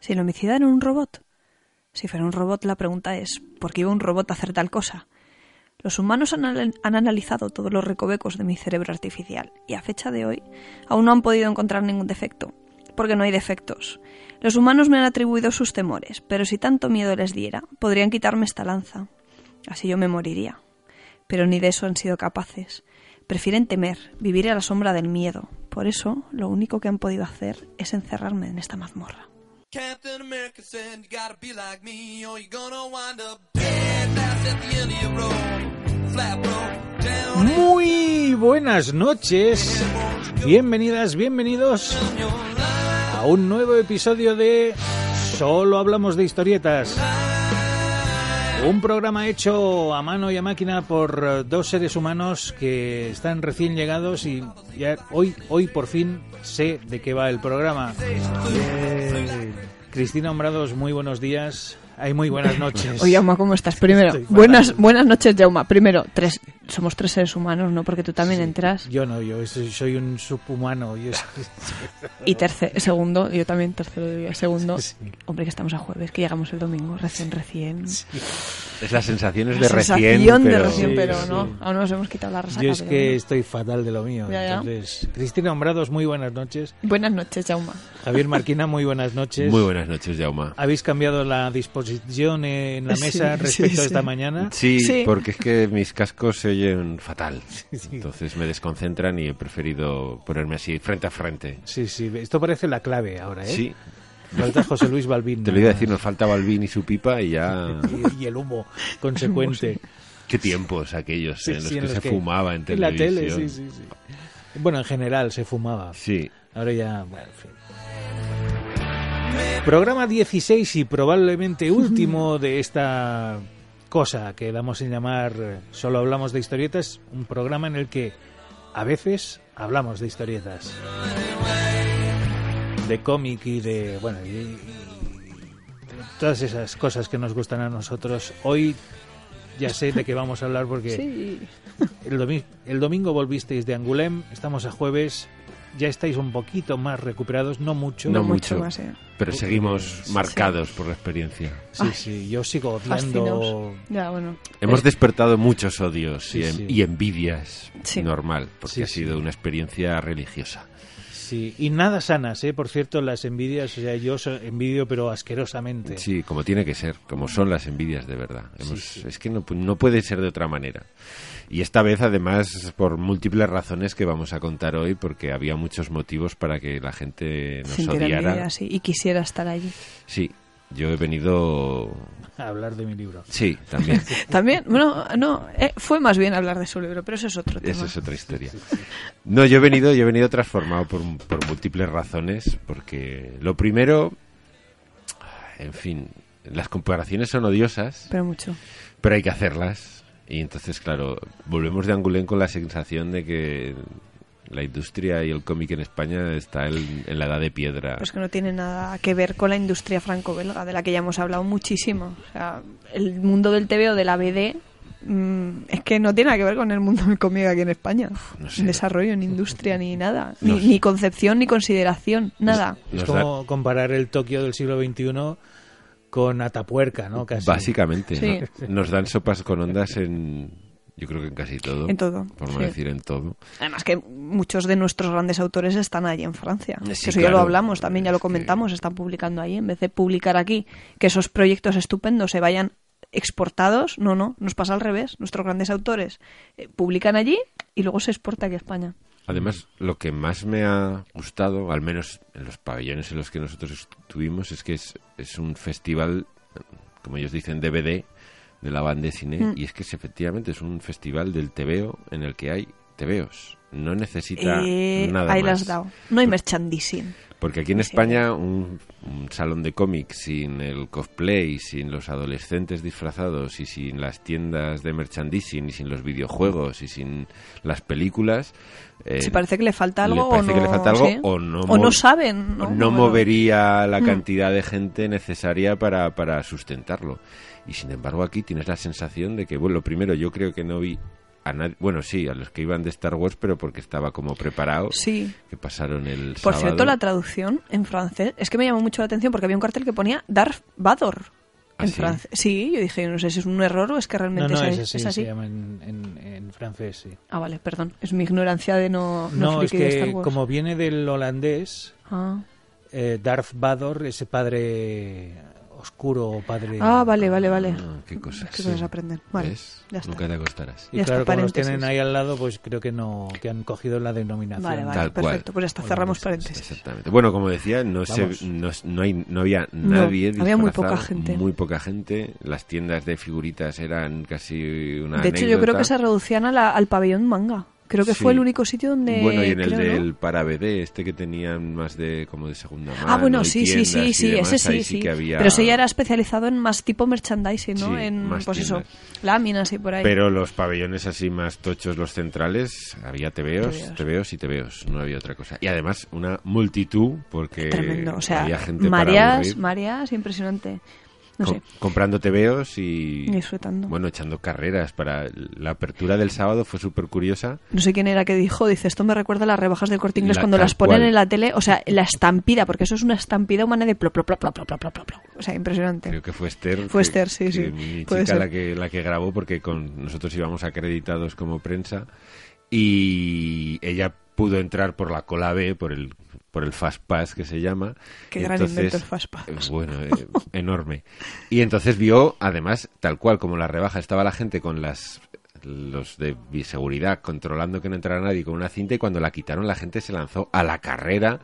Si el homicida era un robot. Si fuera un robot, la pregunta es, ¿por qué iba un robot a hacer tal cosa? Los humanos han, al- han analizado todos los recovecos de mi cerebro artificial y a fecha de hoy aún no han podido encontrar ningún defecto, porque no hay defectos. Los humanos me han atribuido sus temores, pero si tanto miedo les diera, podrían quitarme esta lanza. Así yo me moriría. Pero ni de eso han sido capaces. Prefieren temer, vivir a la sombra del miedo. Por eso, lo único que han podido hacer es encerrarme en esta mazmorra. Captain America said, You gotta be like me, or you're gonna wind up dead fast at the end of your road. Flat broke down Muy buenas noches, bienvenidas, bienvenidos a un nuevo episodio de Solo hablamos de historietas. Un programa hecho a mano y a máquina por eh, dos seres humanos que están recién llegados y ya hoy, hoy por fin sé de qué va el programa. Cristina Hombrados, muy buenos días. Ay, muy buenas noches. Oye, Jauma, ¿cómo estás? Primero, Estoy fatal. buenas, buenas noches, Jauma. Primero, tres, somos tres seres humanos, ¿no? Porque tú también entras. Yo no, yo soy soy un subhumano. Yo soy- Y tercero, segundo, yo también tercero de día. Segundo, Sí. hombre, que estamos a jueves, que llegamos el domingo, recién, recién. Es las sensaciones La de recién. sensación de pero- recién, Sí, pero sí. no, aún no nos hemos quitado la resaca. Yo es pero que estoy fatal de lo mío. Ya, ya. Entonces, Cristina Hombrados, muy buenas noches. bueno. Buenas noches, Jauma. Javier Marquina, muy buenas noches. Muy buenas noches, Jauma. Habéis cambiado la disposición en la Sí, mesa sí, respecto a sí. esta mañana. Sí, Sí. porque es que mis cascos se oyen fatal. sí. Entonces me desconcentran y he preferido ponerme así frente a frente. Sí, sí, esto parece la clave ahora, ¿eh? Ah. Sí, Falta José Luis Balbín. te lo iba a decir, nos faltaba Balvin y su pipa y ya... Y, y el humo consecuente. Qué tiempos aquellos Sí, en los sí, que se que- fumaba en la televisión. tele, sí, sí, sí. Bueno, en general se fumaba. Sí. Ahora ya, bueno, en fin. Programa 16 y probablemente último de esta cosa que damos en llamar eh, Solo hablamos de historietas, un programa en el que a veces hablamos de historietas. De cómic y de, bueno, y- y- y todas esas cosas que nos gustan a nosotros. Hoy ya sé de qué vamos a hablar porque Sí. el, domi- el domingo volvisteis de Angulem, estamos a jueves, ya estáis un poquito más recuperados, no mucho. No mucho mucho. más, ¿eh? Pero seguimos marcados por la experiencia. Sí, Ay, sí, yo sigo odiando. Fascinaos. Ya, bueno. Hemos despertado muchos odios Eh, Sí, y, en- sí. y envidias. Sí. Normal, porque Sí, ha sido sí. una experiencia religiosa. Sí, y nada sanas, ¿eh? Por cierto, las envidias, o sea, yo so- envidio, pero asquerosamente. Sí, como tiene que ser, como son las envidias de verdad. Hemos- sí. Es que no, pu- no puede ser de otra manera. Y esta vez, además, por múltiples razones que vamos a contar hoy, porque había muchos motivos para que la gente nos Sintiera envidia, odiara. sí, y quisiera estar allí. Sí, yo he venido. A hablar de mi libro. Sí, también. También, bueno, no, eh, fue más bien hablar de su libro, pero eso es otro tema. Esa es otra historia. No, yo he venido, yo he venido transformado por, por múltiples razones, porque lo primero, en fin, las comparaciones son odiosas. Pero mucho. pero hay que hacerlas. Y entonces, claro, volvemos de Angulén con la sensación de que la industria y el cómic en España está en, en la edad de piedra. Pero es que no tiene nada que ver con la industria franco-belga, de la que ya hemos hablado muchísimo. O sea, el mundo del TV o de la BD mm, es que no tiene nada que ver con el mundo del cómic aquí en España. no sé. Ni Desarrollo, ni industria, ni nada. No ni, sé. ni concepción, ni consideración, nada. Es Nos como comparar el Tokio del siglo XXI con Atapuerca, ¿no? Casi. Básicamente, Sí. ¿no? nos dan sopas con ondas en... Yo creo que en casi todo. En todo, Pues, Por no sí. decir en todo. Además que muchos de nuestros grandes autores están allí en Francia. Eh, Sí, Eso ya lo claro. Eh, hablamos, también ya lo Es que- comentamos, están publicando ahí. En vez de publicar aquí, que esos proyectos estupendos se vayan exportados, no, no, nos pasa al revés. Nuestros grandes autores eh, publican allí y luego se exporta aquí a España. Además, lo que más me ha gustado, al menos en los pabellones en los que nosotros estuvimos, es que es, es un festival, como ellos dicen, DVD, de la banda de cine, Mm. y es que es, efectivamente es un festival del tebeo en el que hay tebeos. No necesita Eh, nada ahí las más. has dado. No hay merchandising. Porque aquí en Sí. España un, un salón de cómics sin el cosplay, sin los adolescentes disfrazados y sin las tiendas de merchandising y sin los videojuegos y sin las películas... eh, si parece que le falta algo, le parece o, no, que le falta algo sí. o no no mov- saben. no, No, Mm. movería la cantidad de gente necesaria para, para sustentarlo. Y sin embargo aquí tienes la sensación de que, bueno, lo primero, yo creo que no vi a nadie, bueno, sí, a los que iban de Star Wars, pero porque estaba como preparado, Sí. que pasaron el Por sábado. cierto, la traducción en francés es que me llamó mucho la atención porque había un cartel que ponía Darth Vador ¿Ah, en sí? francés. Sí, yo dije, no sé si es un error o es que No, realmente no, es, es así, es se llama en, en- en francés, sí. Ah, vale, perdón. Es mi ignorancia de no, no, No, es friki de Star que Wars. como viene del holandés, Ah. eh, Darth Vador, ese padre oscuro o padre... Ah, vale, vale, vale. Ah, qué cosas. Qué cosas aprender. Vale, ¿Ves? ya está. Nunca te acostarás. Y Ya está, claro, como los paréntesis. tienen ahí al lado, pues creo que no, que han cogido la denominación. Vale, vale, Tal cual. perfecto. Pues ya está, cerramos paréntesis. Exactamente. Bueno, como decía, no, se, Vamos. no, no hay, no había No, nadie. había muy disfrazado, poca gente. Muy poca gente. Las tiendas de figuritas eran casi una. De hecho, yo creo anécdota. que se reducían a la- al pabellón manga. Creo que Sí. fue el único sitio donde... Bueno, y en el creo, ¿no? del Parabedé, este que tenían más de como de segunda mano. Ah, bueno, y sí, sí, tiendas sí, y sí, demás, ese sí, ahí sí. que había- Pero ese ya era especializado en más tipo merchandising, ¿no? Sí, en, más pues tiendas. eso, láminas y por ahí. Pero los pabellones así más tochos, los centrales, había tebeos, Tebeos. tebeos y tebeos, no había otra cosa. Y además una multitud porque Tremendo, o sea, había gente para mareas, aburrir, mareas, impresionante. No co- sé, comprando tebeos y Disfrutando. bueno, echando carreras para la apertura del sábado fue súper curiosa. no sé quién era que dijo, dice, esto me recuerda a las rebajas del Corte Inglés La- cuando tal las ponen cual. en la tele, o sea, la estampida, porque eso es una estampida humana de plop, plop, plop, plop, plop, plop, plop, plop. O sea, impresionante. Creo que fue Esther. que- Fue Esther, sí, que sí, Mi puede chica ser. la que, la que grabó porque con nosotros íbamos acreditados como prensa y ella pudo entrar por la cola B, por el por el Fast Pass que se llama. Qué Y gran entonces- invento el Fast Pass. eh, Bueno, eh, enorme. Y entonces vio, además, tal cual como la rebaja, estaba la gente con las los de seguridad controlando que no entrara nadie con una cinta y cuando la quitaron la gente se lanzó a la carrera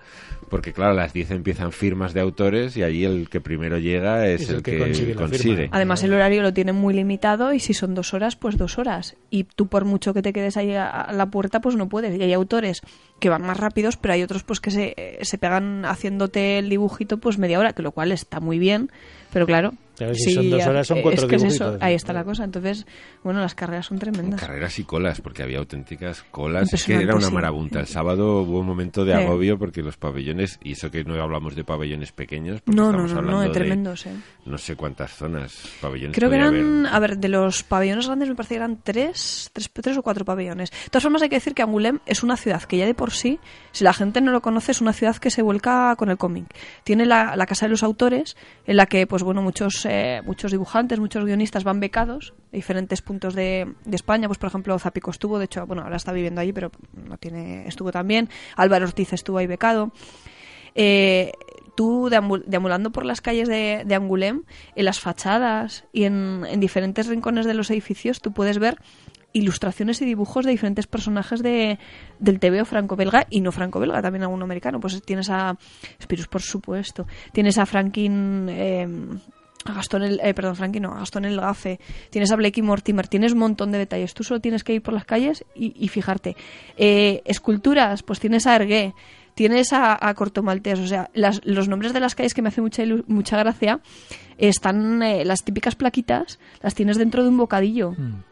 porque claro, a las 10 empiezan firmas de autores y allí el que primero llega es, el, que consigue. ¿eh? la firma. Además, el horario lo tienen muy limitado y si son dos horas, pues dos horas. Y tú, por mucho que te quedes ahí a- a la puerta, pues no puedes. Y hay autores que van más rápidos, pero hay otros pues que se, eh, se pegan haciéndote el dibujito pues media hora, que lo cual está muy bien. Pero claro, Claro, si son dos ya- horas, son cuatro es que es dibujitos, eso, ¿no? ahí está la cosa. Entonces, bueno, las carreras son tremendas. Carreras y colas, porque había auténticas colas. Es que era Impresionante, una sí. marabunta. El sábado hubo un momento de Sí. agobio porque los pabellones, y eso que no hablamos de pabellones pequeños, porque No, no, estamos no, hablando no, de de tremendos, eh. no sé cuántas zonas, pabellones. Creo que podía eran, haber. a ver, de los pabellones grandes me parece que eran tres, tres, tres o cuatro pabellones. De todas formas hay que decir que Angoulême es una ciudad que ya de por sí, si la gente no lo conoce, es una ciudad que se vuelca con el cómic. Tiene la, la Casa de los Autores, en la que, pues bueno, muchos, eh, muchos dibujantes, muchos guionistas van becados de diferentes puntos de, de España. Pues por ejemplo, Zapico estuvo, de hecho, bueno, ahora está viviendo allí, pero no tiene, estuvo también. Álvaro Ortiz estuvo ahí becado. Eh, tú deambu- deambulando por las calles de, de Angoulême, en las fachadas y en, en diferentes rincones de los edificios, tú puedes ver ilustraciones y dibujos de diferentes personajes de, del TVO franco-belga y no franco-belga, también alguno americano. Pues tienes a Spirus, por supuesto. Tienes a Franklin... eh, a Gastón el, eh, perdón, Frankie, no, a Gastón el Gafe, tienes a Blakey Mortimer, tienes un montón de detalles. Tú solo tienes que ir por las calles y, y fijarte. Eh, esculturas, pues tienes a Ergué, tienes a, a Corto Maltés, o sea, las- los nombres de las calles que me hace mucha, ilu- mucha gracia están eh, las típicas plaquitas, las tienes dentro de un bocadillo. Mm.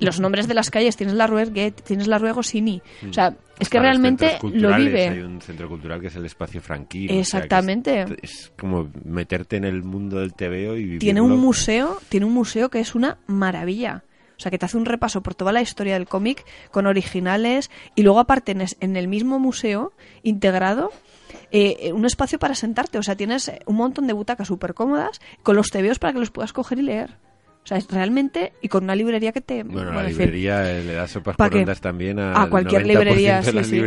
Mm, Los nombres de las calles, tienes la Rue Ergué, tienes la Rue Goscinny. O sea, es que Hasta los realmente centros lo Mm. culturales, vive. Hay un centro cultural que es el espacio franquí. o sea, que es- Exactamente. es, como meterte en el mundo del TVO y vivir. tiene un museo, tiene un museo que es una maravilla. O sea, que te hace un repaso por toda la historia del cómic con originales y luego aparte en, es- en el mismo museo integrado eh, eh, un espacio para sentarte. O sea, tienes eh, un montón de butacas súper cómodas con los tebeos para que los puedas coger y leer. O sea, es realmente y con una librería que te... Bueno, la bueno, en fin. librería eh, le da sopas ¿Pa por qué? ondas también a, A cualquier librería, sí, sí,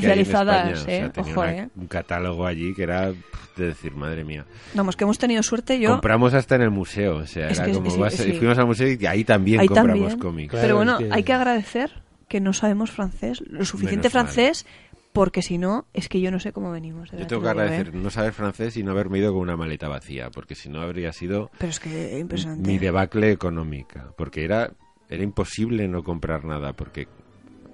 especializadas, ¿eh? Ojo, ¿eh? Un catálogo allí que era pff, de decir, madre mía. Vamos, que hemos tenido suerte yo... Compramos hasta en el museo. O sea, Es era que es- como sí, vas- sí. fuimos al museo y ahí también Ahí compramos también. cómics. Claro, Pero bueno, es que- hay que agradecer que no sabemos francés, lo suficiente Menos mal. francés, porque si no, es que yo no sé cómo venimos. de Yo verdad, tengo te que lo digo, ¿eh? agradecer no saber francés y no haberme ido con una maleta vacía, porque si no habría sido Pero es que impresionante. mi debacle económica, porque era, era imposible no comprar nada, porque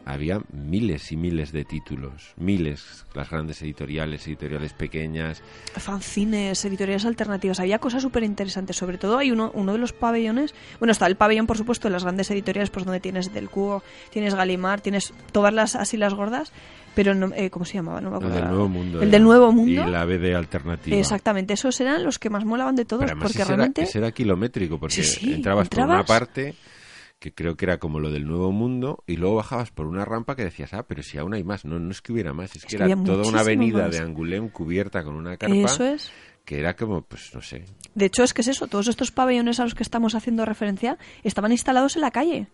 había miles y miles de títulos, miles, las grandes editoriales, editoriales pequeñas, fanzines, editoriales alternativas, había cosas súper interesantes. Sobre todo hay uno, uno de los pabellones. Bueno, está el pabellón, por supuesto, de las grandes editoriales, pues donde tienes Del Cubo, tienes Galimar, tienes todas las así las gordas, pero no, eh, ¿cómo se llamaba? No el me acuerdo. del ahora. Nuevo Mundo. El era, del Nuevo Mundo. Y la B de Alternativa. Exactamente, esos eran los que más molaban de todos, Pero además porque ese era- realmente ese era kilométrico, porque Sí, sí, entrabas por una entrabas. parte que creo que era como lo del Nuevo Mundo, y luego bajabas por una rampa que decías, ah, pero si aún hay más. No, no es que hubiera más, es, Es que que era había toda una muchísimo avenida más. de Angulem cubierta con una carpa, Eso es. que era como, pues no sé, De hecho, es que es eso, todos estos pabellones a los que estamos haciendo referencia estaban instalados en la calle.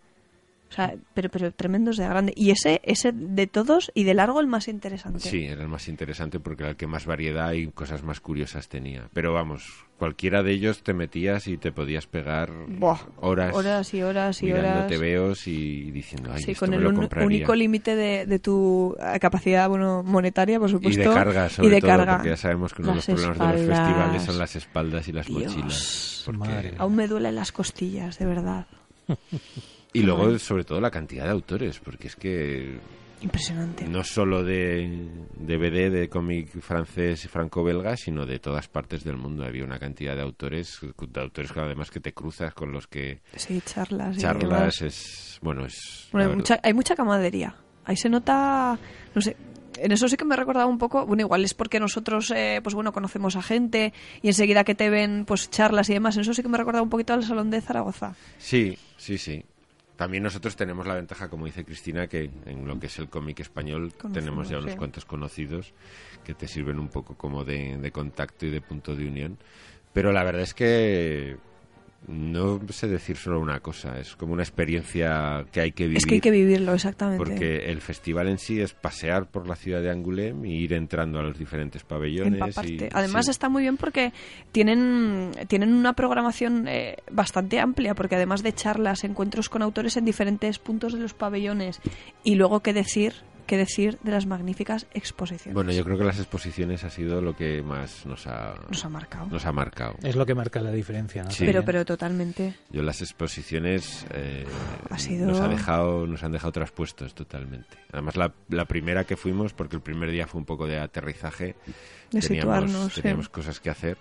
O sea, pero, pero tremendos de grande. Y ese, ese de todos y de largo el más interesante. Sí, era el más interesante porque era el que más variedad y cosas más curiosas tenía. Pero vamos, cualquiera de ellos te metías y te podías pegar Buah, horas, horas y horas y mirando horas. TVOs y diciendo, ay, Sí, esto con me el lo un- compraría. único límite de, de tu eh, capacidad bueno, monetaria, por y supuesto. de carga, sobre y de todo, carga. porque ya sabemos que uno de los Las problemas de los espaldas. festivales son las espaldas y las Dios. mochilas. porque- Madre. Aún me duelen las costillas, de verdad. Y luego, sobre todo, la cantidad de autores, porque es que Impresionante. no solo de DVD, de cómic francés y franco-belga, sino de todas partes del mundo. Había una cantidad de autores, de autores que además que te cruzas con los que Sí, charlas. y demás. charlas, es... Bueno, es... Bueno, la hay, verdad. mucha, hay mucha camadería. Ahí se nota, no sé, en eso sí que me recordaba un poco, bueno, igual es porque nosotros, eh, pues bueno, conocemos a gente y enseguida que te ven, pues charlas y demás, en eso sí que me recordaba un poquito al Salón de Zaragoza. Sí, sí, sí. También nosotros tenemos la ventaja, como dice Cristina, que en lo que es el cómic español Conocemos, tenemos ya unos sí. cuantos conocidos que te sirven un poco como de, de contacto y de punto de unión. Pero la verdad es que no sé decir solo una cosa, es como una experiencia que hay que vivir. Es que hay que vivirlo, exactamente. Porque el festival en sí es pasear por la ciudad de Angoulême y ir entrando a los diferentes pabellones. y- Empaparte. Además sí. está muy bien porque tienen, tienen una programación eh, bastante amplia, porque además de charlas, encuentros con autores en diferentes puntos de los pabellones y luego qué decir, qué decir de las magníficas exposiciones. Bueno, yo creo que las exposiciones ha sido lo que más nos ha, Nos ha marcado. nos ha marcado. Es lo que marca la diferencia, ¿no? Sí. Pero, También. pero totalmente. Yo las exposiciones eh, Ha sido- nos, ha dejado, nos han dejado traspuestos totalmente. Además, la, la primera que fuimos, porque el primer día fue un poco de aterrizaje, De teníamos, situarnos, sí. teníamos cosas que hacer,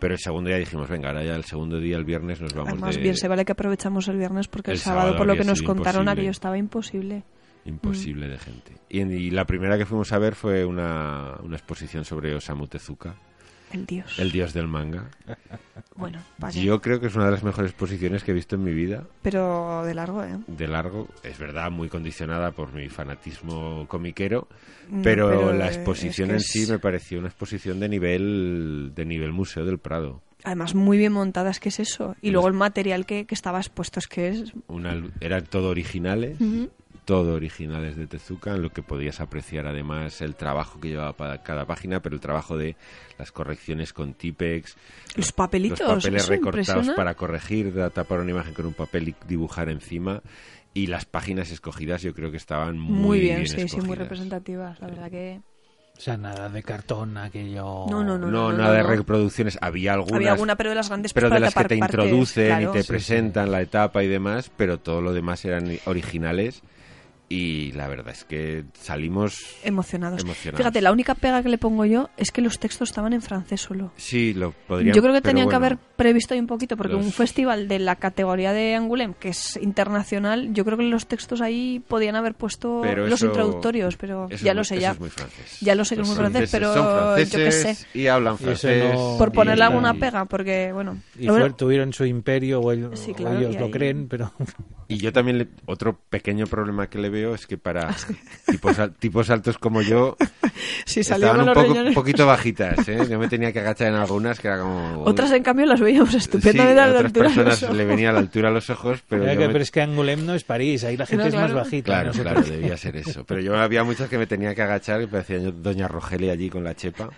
pero el segundo día dijimos, venga, ahora ya el segundo día, el viernes, nos vamos Además, de... bien se vale que aprovechamos el viernes porque el, El sábado, sábado por lo habría que nos sido contaron, imposible. aquello estaba imposible. Imposible Mm. de gente. Y, en- y la primera que fuimos a ver fue una, una exposición sobre Osamu Tezuka, El dios. el dios del manga. Bueno, vaya. Yo creo que es una de las mejores exposiciones que he visto en mi vida. Pero de largo, ¿eh? de largo, es verdad, muy condicionada por mi fanatismo comiquero, No, pero, pero, la eh, exposición es que en sí es- me pareció una exposición de nivel de nivel Museo del Prado. Además, muy bien montadas, que es eso? Y luego el material que, que estaba expuesto es que es. Una, lu- eran todo originales, todo originales de Tezuka, en lo que podías apreciar además el trabajo que llevaba para cada página, pero el trabajo de las correcciones con Tipex, Los papelitos. los papeles eso recortados impresiona. para corregir, da- tapar una imagen con un papel y dibujar encima. Y las páginas escogidas yo creo que estaban muy, Muy bien, bien sí, sí, muy escogidas. representativas. La verdad que. O sea, nada de cartón, aquello... No, no, no. No, nada de no. reproducciones. Había algunas. Había alguna, pero de las grandes. pues, pero de para las que tapar te partes, introducen claro. y te sí. presentan la etapa y demás, pero todo lo demás eran originales. Y la verdad es que salimos. Eh, Emocionados. Emocionados. Fíjate, la única pega que le pongo yo es que los textos estaban en francés solo. Sí, lo podrían. Yo creo que pero tenían que bueno, haber previsto ahí un poquito, porque los- un festival de la categoría de Angoulême, que es internacional, yo creo que los textos ahí podían haber puesto pero los eso- introductorios, pero eso es ya muy- lo sé, eso ya. es muy francés. Ya lo sé que Los es muy francés, franceses pero son yo qué franceses sé. Y hablan Y eso francés. no- Por y ponerle están- alguna pega, porque, bueno. Y lo fue- bueno- tuvieron su imperio, o, el- Sí, o claro, ellos y lo ahí- creen, pero... Y yo también le- otro pequeño problema que le veo es que para tipos, al- tipos altos como yo Sí, salió estaban con un los poco, riñones. poquito bajitas. ¿eh? Yo me tenía que agachar en algunas que era como... Otras, en cambio, las veíamos Sí, estupendamente a a la otras altura de los personas le ojos. venía a la altura a los ojos, pero Claro, yo que- me- pero es que Angulem no es París, ahí la gente No, es claro. más bajita. Claro, no sé claro, por qué. debía ser eso. Pero yo había muchas que me tenía que agachar y parecía yo Doña Rogelia allí con la chepa.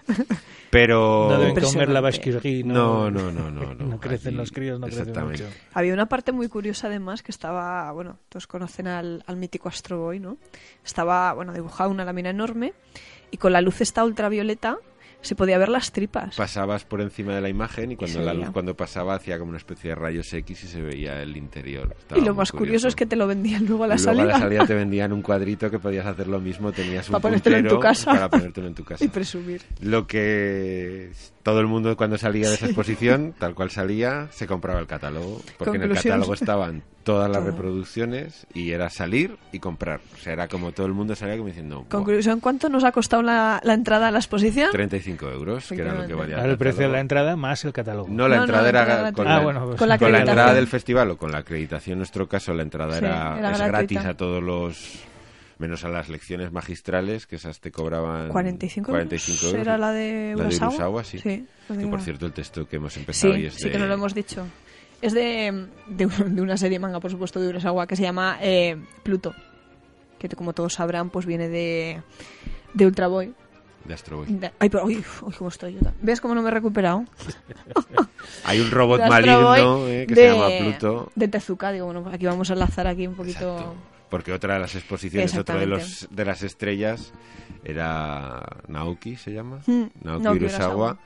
Pero... No deben Impresionante. comer la basquirgui, No, no, no, no. No, crecen Allí- los críos, no crecen exactamente. mucho. Había una parte muy curiosa además que estaba, bueno, todos conocen al, al mítico Astro Boy, ¿no? Estaba, bueno, dibujada una lámina enorme y con la luz esta ultravioleta se podía ver las tripas. Pasabas por encima de la imagen y cuando se la veía. luz cuando pasaba hacía como una especie de rayos X y se veía el interior. Estaba y lo muy más curioso es que te lo vendían luego a la Luego salida. a la salida te vendían un cuadrito que podías hacer lo mismo, tenías un Para ponértelo en tu puntero casa. para ponértelo en tu casa. y presumir. lo que todo el mundo cuando salía de esa exposición, tal cual salía, se compraba el catálogo, porque en el Conclusión. catálogo estaban todas las Todo. reproducciones y era salir y comprar. O sea, era como todo el mundo salía como diciendo, "Buah, Conclusión, ¿cuánto nos ha costado la, la entrada a la exposición? 35 euros, que era lo que valía. Ahora el precio de la catálogo. entrada más el catálogo. No, la No, no, entrada la entrada era gratuita. con, Ah, la, bueno, pues Con la con la acreditación. entrada del festival o con la acreditación, en nuestro caso, la entrada Sí, era, era es gratuita. gratis a todos los. menos a las lecciones magistrales, que esas te cobraban. 45 euros. 45 euros. ¿Era la de La Urasawa? Urasawa, sí. Sí, lo que digo. por cierto, el texto que hemos empezado hoy Sí, es sí de. que no lo hemos dicho. Es de, de, un- de una serie manga, por supuesto, de Urasawa, que se llama eh, Pluto. Que t- como todos sabrán, pues viene de, de Ultra Boy. de Astro Boy. De- ay, pero, uy, uf, uy, cómo estoy yo. ¿Ves cómo no me he recuperado? Hay un robot De Astro maligno Boy, eh, que de- se llama Pluto. De Tezuka, digo, bueno, pues aquí vamos a enlazar aquí un poquito... Exacto. Porque otra de las exposiciones, otra de, los, de las estrellas, era Naoki, se llama. Mm, Naoki Naoki Urasawa, Urasawa.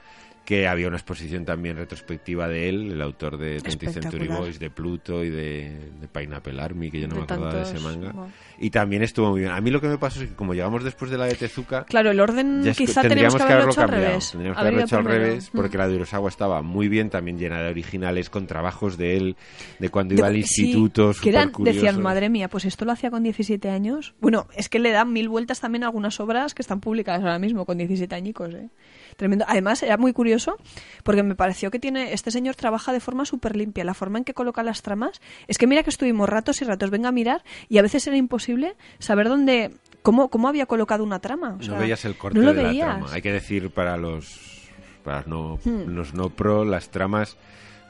que había una exposición también retrospectiva de él, el autor de 20th Century Espectacular. Boys, de Pluto y de, de Pineapple Army, que yo no De me acordaba de tantos, ese manga. bueno. Y también estuvo muy bien. A mí lo que me pasó es que, como llegamos después de la de Tezuka. Claro, el orden ya es que quizá tendríamos teníamos que haberlo hecho al cambiado. revés. Tendríamos que Haber haberlo ido hecho al primero. revés, Mm. porque la de Urasawa estaba muy bien, también llena de originales, con trabajos de él, de cuando De- iba pues al sí, instituto. que eran, supercurioso. decían, madre mía, pues esto lo hacía con 17 años. Bueno, es que le dan mil vueltas también a algunas obras que están publicadas ahora mismo con 17 añicos, ¿eh? Tremendo. Además, era muy curioso porque me pareció que tiene este señor trabaja de forma súper limpia. La forma en que coloca las tramas es que mira que estuvimos ratos y ratos, venga a mirar, y a veces era imposible saber dónde, cómo, cómo había colocado una trama. O sea, no veías el corte no lo de veías. la trama. Hay que decir para los para los no, Hmm. los no pro las tramas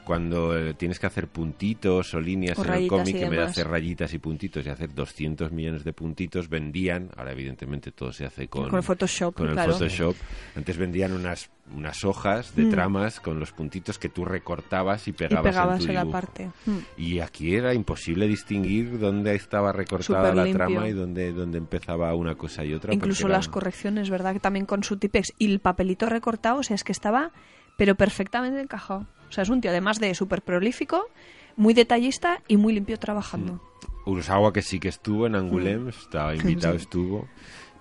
cuando eh, tienes que hacer puntitos o líneas O en el rayitas cómic, y en vez de demás. hacer rayitas y puntitos y hacer 200 millones de puntitos, vendían, ahora evidentemente todo se hace con, Con el Photoshop, con el claro. Mm. Photoshop. antes vendían unas, unas hojas de tramas con los puntitos que tú recortabas y y pegabas, pegabas en tu en la dibujo. parte. Mm. Y aquí era imposible distinguir dónde estaba recortada Súper la limpio. trama y dónde, dónde empezaba una cosa y otra. porque Incluso era- las correcciones, ¿verdad? Que también con su tipex y el papelito recortado, o sea, es que estaba, pero perfectamente encajado. O sea, es un tío, además de súper prolífico, muy detallista y muy limpio trabajando. Mm, Urusawa que sí que estuvo en Mm. Angulem, estaba invitado, estuvo.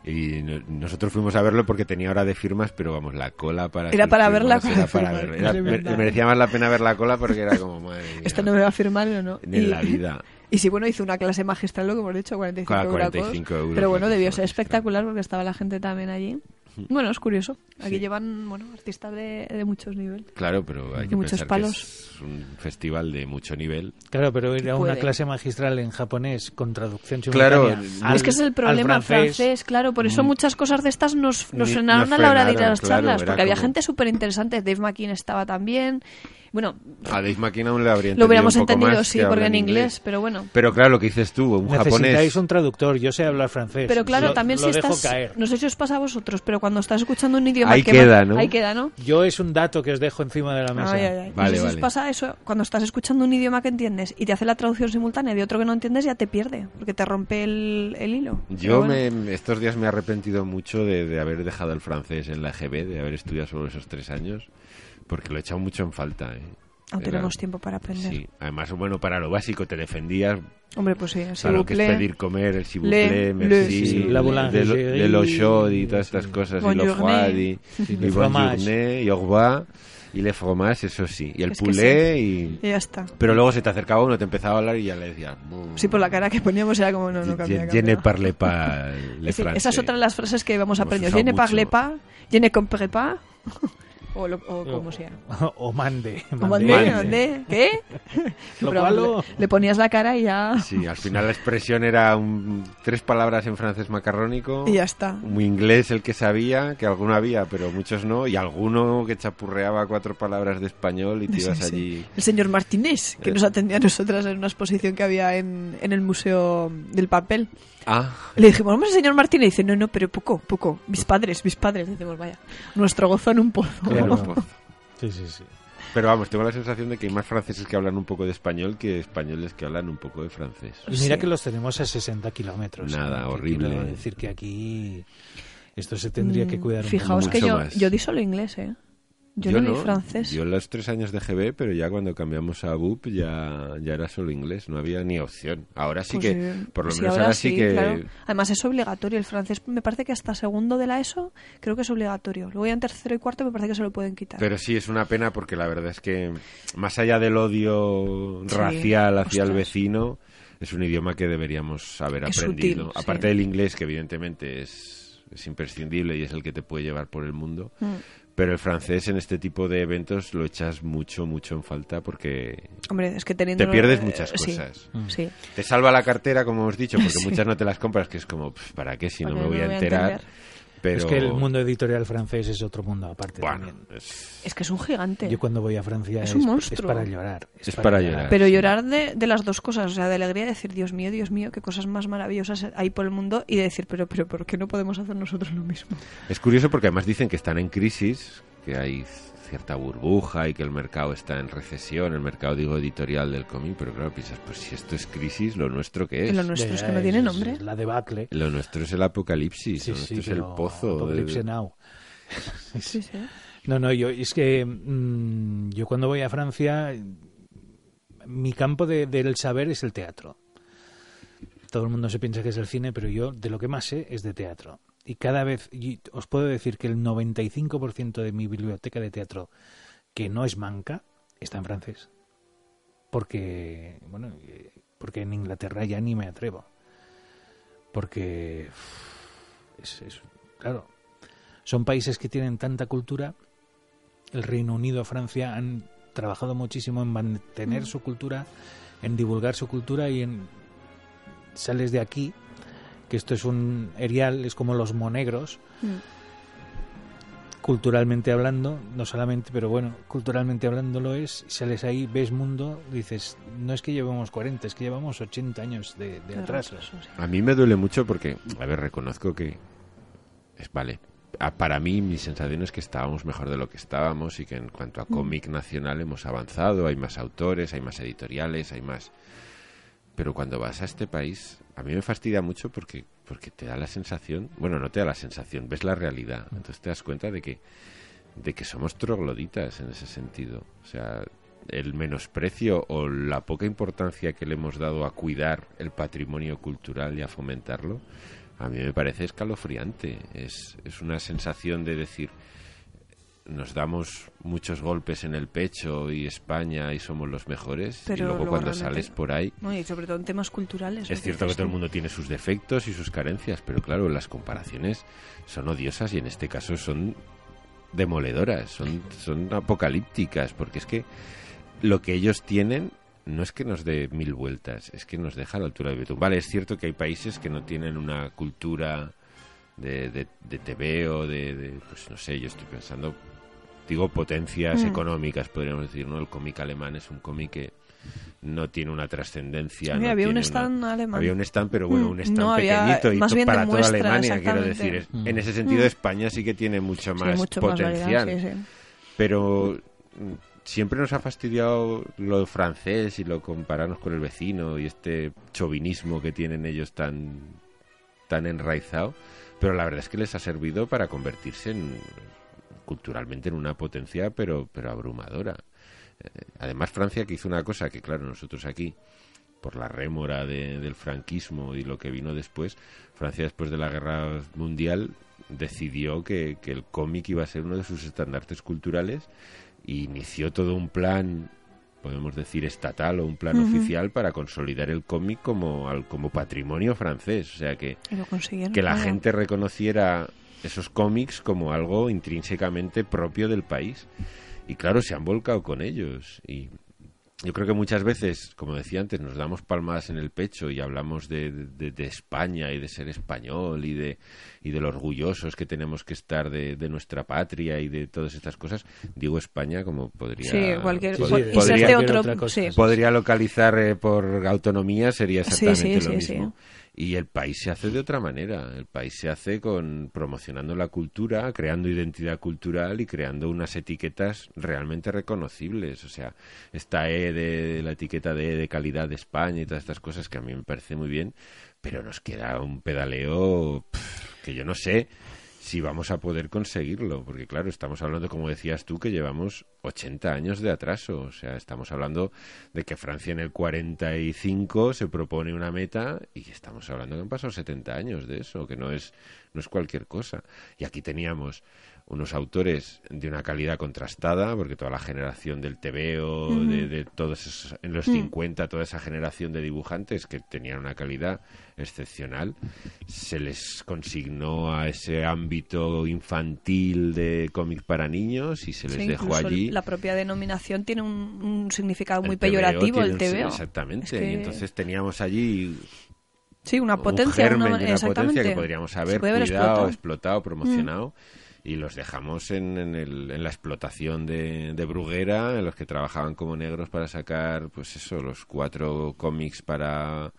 Y no- nosotros fuimos a verlo porque tenía hora de firmas, pero vamos, la cola para. Era sus para ver la firmas, cola era para de ver- firmas, era- de me- verdad. merecía más la pena ver la cola porque era como, madre mía, Esto no me va a firmar o no. Ni en la vida. Y sí, bueno, hizo una clase magistral, lo que hemos dicho, 45, Claro, euros. 45 euros Pero bueno, la clase debió ser magistral. Mm. espectacular porque estaba la gente también allí. Bueno, es curioso. Aquí Sí. llevan, bueno, artistas de, de muchos niveles. Claro, pero hay que Muchos pensar palos. que es un festival de mucho nivel. Claro, pero era una puede. clase magistral en japonés con traducción Claro, simultánea es al- es que es el al problema francés. claro. Por eso muchas cosas de estas nos, nos Mm. Ni- frenaron nos a la hora de ir a frenaron, las claro, charlas, era porque había como- gente súper interesante. Dave McKean estaba también. Bueno, A Dave McKean aún le habría entendido lo hubiéramos un poco entendido, más sí, que porque habla en inglés, pero bueno. Pero claro, lo que dices tú, un japonés. Necesitáis un traductor, yo sé hablar francés. Pero claro, Lo- también lo si dejo estás. caer. No sé si os pasa a vosotros, pero cuando estás escuchando un idioma. Ahí que queda, va- ¿no? Ahí queda, ¿no? Yo es un dato que os dejo encima de la mesa. Ay, ay, ay. Vale, no sé si os vale. pasa eso cuando estás escuchando un idioma que entiendes y te hace la traducción simultánea de otro que no entiendes, ya te pierde, porque te rompe el, el hilo. Yo Pero bueno. me- estos días me he arrepentido mucho de, de haber dejado el francés en la EGB, de haber estudiado solo esos tres años, porque lo he echado mucho en falta. ¿eh? Aún Era- tenemos tiempo para aprender. Sí, además, bueno, para lo básico te defendías, Hombre, pues sí, así para lo que es bucle. pedir comer, el si vous le- plaît, le- merci, sí, la de, lo- boulangerie. de lo chaud y todas estas cosas, y lo Bonjour, froid, y, Sí, y le fromage. bonjourné, y au revoir, y le fromage, eso sí, y el Es que poulet, y... Y ya está. Pero luego se te acercaba uno, te empezaba a hablar y ya le decías... "Mm, Sí, por la cara que poníamos era como no, je- no cambia. je- je ne cambia. parle pas le Es decir, français". esa es otra de las frases que vamos a Hemos aprender. usado Je ne mucho. parle pas, je ne comprends pas, o, lo- o como sea. O mande. O mande. mandé, Mande. mandé, ¿qué? Lo Pero cual vamos, lo- le ponías la cara y ya, Sí, al final la expresión era un- tres palabras en francés macarrónico, y ya está. un inglés el que sabía, que alguno había, pero muchos no, y alguno que chapurreaba cuatro palabras de español y te Sí, ibas sí. allí. El señor Martínez, que Eh. nos atendía a nosotras en una exposición que había en, en el Museo del Papel. Ah, Le dijimos, vamos al señor Martínez. Y dice, no, no, pero poco, poco. Mis padres, mis padres. Decimos, vaya, nuestro gozo en un pozo. Claro. en un pozo. Sí, sí, sí. Pero vamos, tengo la sensación de que hay más franceses que hablan un poco de español que españoles que hablan un poco de francés. Pues Y Mira que los tenemos a 60 kilómetros. Nada, Que horrible. quiero decir que aquí esto se tendría que cuidar un Mm, Fijaos poco que Mucho yo, más. yo di solo inglés, ¿eh? Yo, no, leí francés. Yo los tres años de GB, pero ya cuando cambiamos a BUP ya, ya era solo inglés, no había ni opción. Ahora sí Pues, que, eh, por lo sí, menos ahora, sí que... claro. Además es obligatorio el francés. Me parece que hasta segundo de la ESO creo que es obligatorio. Luego ya en tercero y cuarto me parece que se lo pueden quitar. Pero sí, es una pena porque la verdad es que más allá del odio Sí, racial hacia ostras. el vecino, es un idioma que deberíamos haber Es aprendido. útil, sí. Aparte del inglés, que evidentemente es, es imprescindible y es el que te puede llevar por el mundo. Mm. Pero el francés en este tipo de eventos lo echas mucho, mucho en falta porque Hombre, es que teniendo... te pierdes eh, muchas sí, cosas. Sí. Te salva la cartera, como hemos dicho, porque Sí. muchas no te las compras, que es como, "Pf, ¿para qué? Si no Porque me voy a enterar. entender. Pero... Es que el mundo editorial francés es otro mundo aparte Bueno, también. es- Es que es un gigante. Yo cuando voy a Francia Es es, un es monstruo. para llorar. Es para llorar. Pero llorar de, de las dos cosas, o sea, de alegría de decir, Dios mío, Dios mío, qué cosas más maravillosas hay por el mundo y de decir, pero, pero, ¿por qué no podemos hacer nosotros lo mismo? Es curioso porque además dicen que están en crisis, que hay cierta burbuja y que el mercado está en recesión, el mercado digo editorial del cómic, pero claro, piensas, pues si esto es crisis, lo nuestro qué es? Lo Lo, nuestro es Ya, que no es- tiene es- nombre. es la debacle. nuestro es el apocalipsis, Sí, lo nuestro sí, este es el pero pozo. Apocalypse el- Now. Sí, sí. No, no, yo es que mm, yo cuando voy a Francia, mi campo de- del saber es el teatro. Todo el mundo se piensa que es el cine, pero yo de lo que más sé es de teatro. Y cada vez, y os puedo decir que el 95% de mi biblioteca de teatro, que no es manca, está en francés. Porque, bueno, eh, porque en Inglaterra ya ni me atrevo. Porque, uff, es- es, claro, son países que tienen tanta cultura. El Reino Unido, Francia han trabajado muchísimo en mantener su cultura, en divulgar su cultura y en sales de aquí, que esto es un erial, es como los monegros, culturalmente hablando, no solamente, pero bueno, culturalmente hablando lo es, sales ahí, ves mundo, dices, no es que llevemos 40, es que llevamos 80 años de, de atraso. A mí me duele mucho porque, a ver, reconozco que es vale. a- Para mí, mi sensación es que estábamos mejor de lo que estábamos y que en cuanto a cómic nacional hemos avanzado, hay más autores, hay más editoriales, hay más. Pero cuando vas a este país, a mí me fastidia mucho porque, porque te da la sensación, bueno, no te da la sensación, ves la realidad. Entonces te das cuenta de que, de que somos trogloditas en ese sentido. O sea, el menosprecio o la poca importancia que le hemos dado a cuidar el patrimonio cultural y a fomentarlo, a mí me parece escalofriante. Es, es una sensación de decir, nos damos muchos golpes en el pecho y España y somos los mejores, y Pero luego luego cuando realmente- sales por ahí No, y sobre todo en temas culturales. es cierto ¿no? que dices todo el tú. mundo tiene sus defectos y sus carencias, pero claro, las comparaciones son odiosas y en este caso son demoledoras, son, son apocalípticas, porque es que lo que ellos tienen no es que nos dé mil vueltas, es que nos deja a la altura de Betún. Vale, es cierto que hay países que no tienen una cultura de, de, de TV o de, de, pues no sé, yo estoy pensando, digo, potencias Mm. económicas, podríamos decir, ¿no? El cómic alemán es un cómic que no tiene una trascendencia. Mira, no había un tiene una- stand alemán. Había un stand, pero bueno, Mm, un stand no, había- pequeñito y más to- bien de para toda muestra, Alemania, quiero exactamente. decir. es- Mm. En ese sentido, España sí que tiene mucho Sí, más mucho más potencial. variedad, sí, sí. Pero mm, siempre nos ha fastidiado lo francés y lo compararnos con el vecino y este chauvinismo que tienen ellos tan, tan enraizado. Pero la verdad es que les ha servido para convertirse en, culturalmente en una potencia, pero, pero abrumadora. Eh, Además, Francia que hizo una cosa que, claro, nosotros aquí, por la rémora de- del franquismo y lo que vino después, Francia después de la guerra mundial decidió que, que el cómic iba a ser uno de sus estandartes culturales y inició todo un plan podemos decir estatal o un plan oficial para consolidar el cómic como al- como patrimonio francés o sea que Y lo consiguieron. que la Ah, gente reconociera esos cómics como algo intrínsecamente propio del país. Y claro, se han volcado con ellos. Y yo creo que muchas veces, como decía antes, nos damos palmadas en el pecho y hablamos de, de- de España y de ser español y de, y de lo orgullosos que tenemos que estar de, de nuestra patria y de todas estas cosas. Digo España como podría... Sí, cualquier. Sí, sí, cual- de y ser podría- de cualquier otro. otra cosa, sí. sí. podría localizar eh, por autonomía sería Sí, exactamente sí, lo sí, mismo. Y el país se hace de otra manera. El país se hace con promocionando la cultura, creando identidad cultural y creando unas etiquetas realmente reconocibles. O sea, esta E de la etiqueta de E de calidad de España y todas estas cosas que a mí me parece muy bien, pero nos queda un pedaleo pf, que yo no sé si vamos a poder conseguirlo, porque claro, estamos hablando, como decías tú, que llevamos 80 años de atraso, o sea, estamos hablando de que Francia en el 45 se propone una meta y estamos hablando que han pasado 70 años de eso, que no es, no es cualquier cosa. Y aquí teníamos unos autores de una calidad contrastada, porque toda la generación del TVO, de, de todos esos, en los 50, toda esa generación de dibujantes que tenían una calidad excepcional, se les consignó a ese ámbito infantil de cómic para niños y se les Sí, dejó incluso allí. la propia denominación tiene un, un significado muy El TVO peyorativo, tiene el un- TVO. Exactamente, Es que- y entonces teníamos allí Sí, una un potencia. germen una, de una exactamente. potencia que podríamos Se haber puede cuidado, explotado, explotado. Mm. promocionado. Y los dejamos en, en el- en la explotación de, de Bruguera, en los que trabajaban como negros para sacar, pues eso, los cuatro cómics para,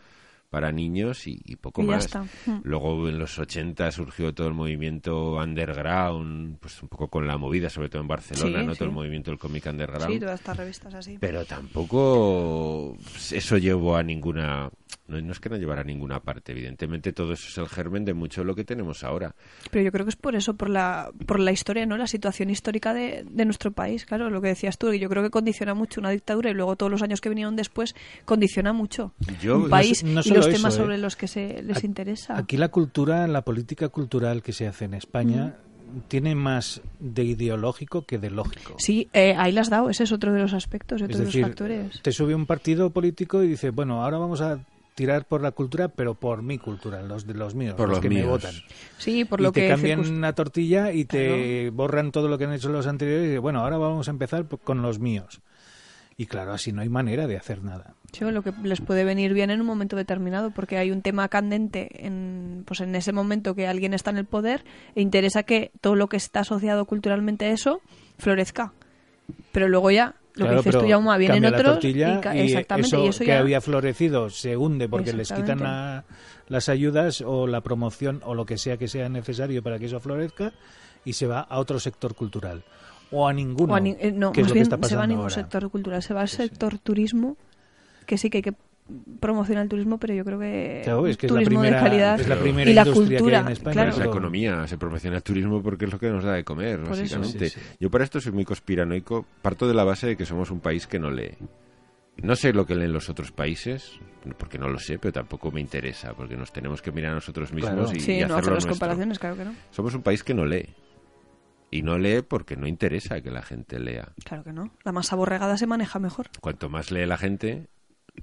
para niños y, y poco Y ya más. está. Mm. Luego en los 80 surgió todo el movimiento underground, pues un poco con la movida, sobre todo en Barcelona, Sí, ¿no? Todo el sí. movimiento del cómic underground. Sí, todas estas revistas así. Pero tampoco eso llevó a ninguna. No, no es que no llevara a ninguna parte, evidentemente todo eso es el germen de mucho de lo que tenemos ahora. Pero yo creo que es por eso, por la, por la historia, ¿no? La situación histórica de, de nuestro país, claro, lo que decías tú, yo creo que condiciona mucho una dictadura y luego todos los años que vinieron después condiciona mucho Yo- un no país s- no y solo los eso, temas ¿eh? sobre los que se les Ac- interesa. Aquí la cultura, la política cultural que se hace en España tiene más de ideológico que de lógico. Sí, eh, ahí las has dado, ese es otro de los aspectos, otro es de decir, los factores. te sube un partido político y dice, bueno, ahora vamos a tirar por la cultura, pero por mi cultura, los de los míos, Por los que míos. me votan. Sí, por y lo te que cambian circun- una tortilla y te borran todo lo que han hecho los anteriores y dicen, bueno, ahora vamos a empezar por- con los míos. Y claro, así no hay manera de hacer nada. Sí, lo que les puede venir bien en un momento determinado, porque hay un tema candente en, pues en ese momento que alguien está en el poder e interesa que todo lo que está asociado culturalmente a eso florezca. Pero luego ya, lo Claro, que dices pero tú, Yauma, vienen cambia la otros tortilla y, ca- y exactamente, eso y eso que ya... había florecido se hunde porque les quitan Exactamente. la- las ayudas o la promoción o lo que sea que sea necesario para que eso florezca y se va a otro sector cultural o a ninguno. o a ni- eh, no, que es más lo que bien está se va a pasando ningún ahora. sector cultural, se va al sector turismo, que sí que hay que promocionar el turismo, pero yo creo que, Claro, es que es la turismo primera, de calidad es la primera y la industria que hay cultura, en España. claro. Es la economía, se proporciona el turismo porque es lo que nos da de comer, Por eso. básicamente. Sí, sí. Yo para esto soy muy conspiranoico, parto de la base de que somos un país que no lee. No sé lo que leen los otros países, porque no lo sé, pero tampoco me interesa, porque nos tenemos que mirar a nosotros mismos Claro. y, y sí, no hacerlo hacer las nuestro. comparaciones, claro que no. Somos un país que no lee. Y no lee porque no interesa que la gente lea. Claro que no. La masa borregada se maneja mejor. cuanto más lee la gente,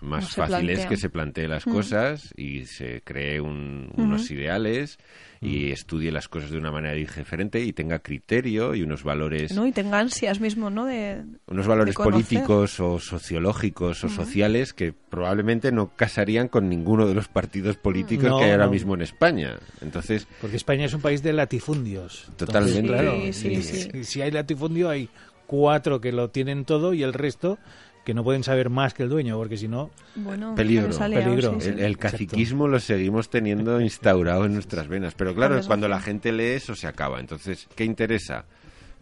más No se fácil es plantea. Mm. que se plantee las cosas y se cree un- unos ideales y Mm. estudie las cosas de una manera diferente y tenga criterio y unos valores ¿no? Y tenga ansias mismo, ¿no? De, unos valores de conocer. políticos o sociológicos o sociales que probablemente no casarían con ninguno de los partidos políticos No, que hay ahora no. mismo en España. Entonces, Porque España es un país de latifundios. Entonces, Totalmente. claro, Sí, y- sí, sí. y si hay latifundio hay cuatro que lo tienen todo y el resto que no pueden saber más que el dueño, porque si no, Bueno, Peligro. eh, sale- sale algo, Peligro. sí, sí. El, el caciquismo lo seguimos teniendo instaurado en nuestras venas. Pero claro, Con cuando la gente lee eso se acaba. Entonces, ¿qué interesa?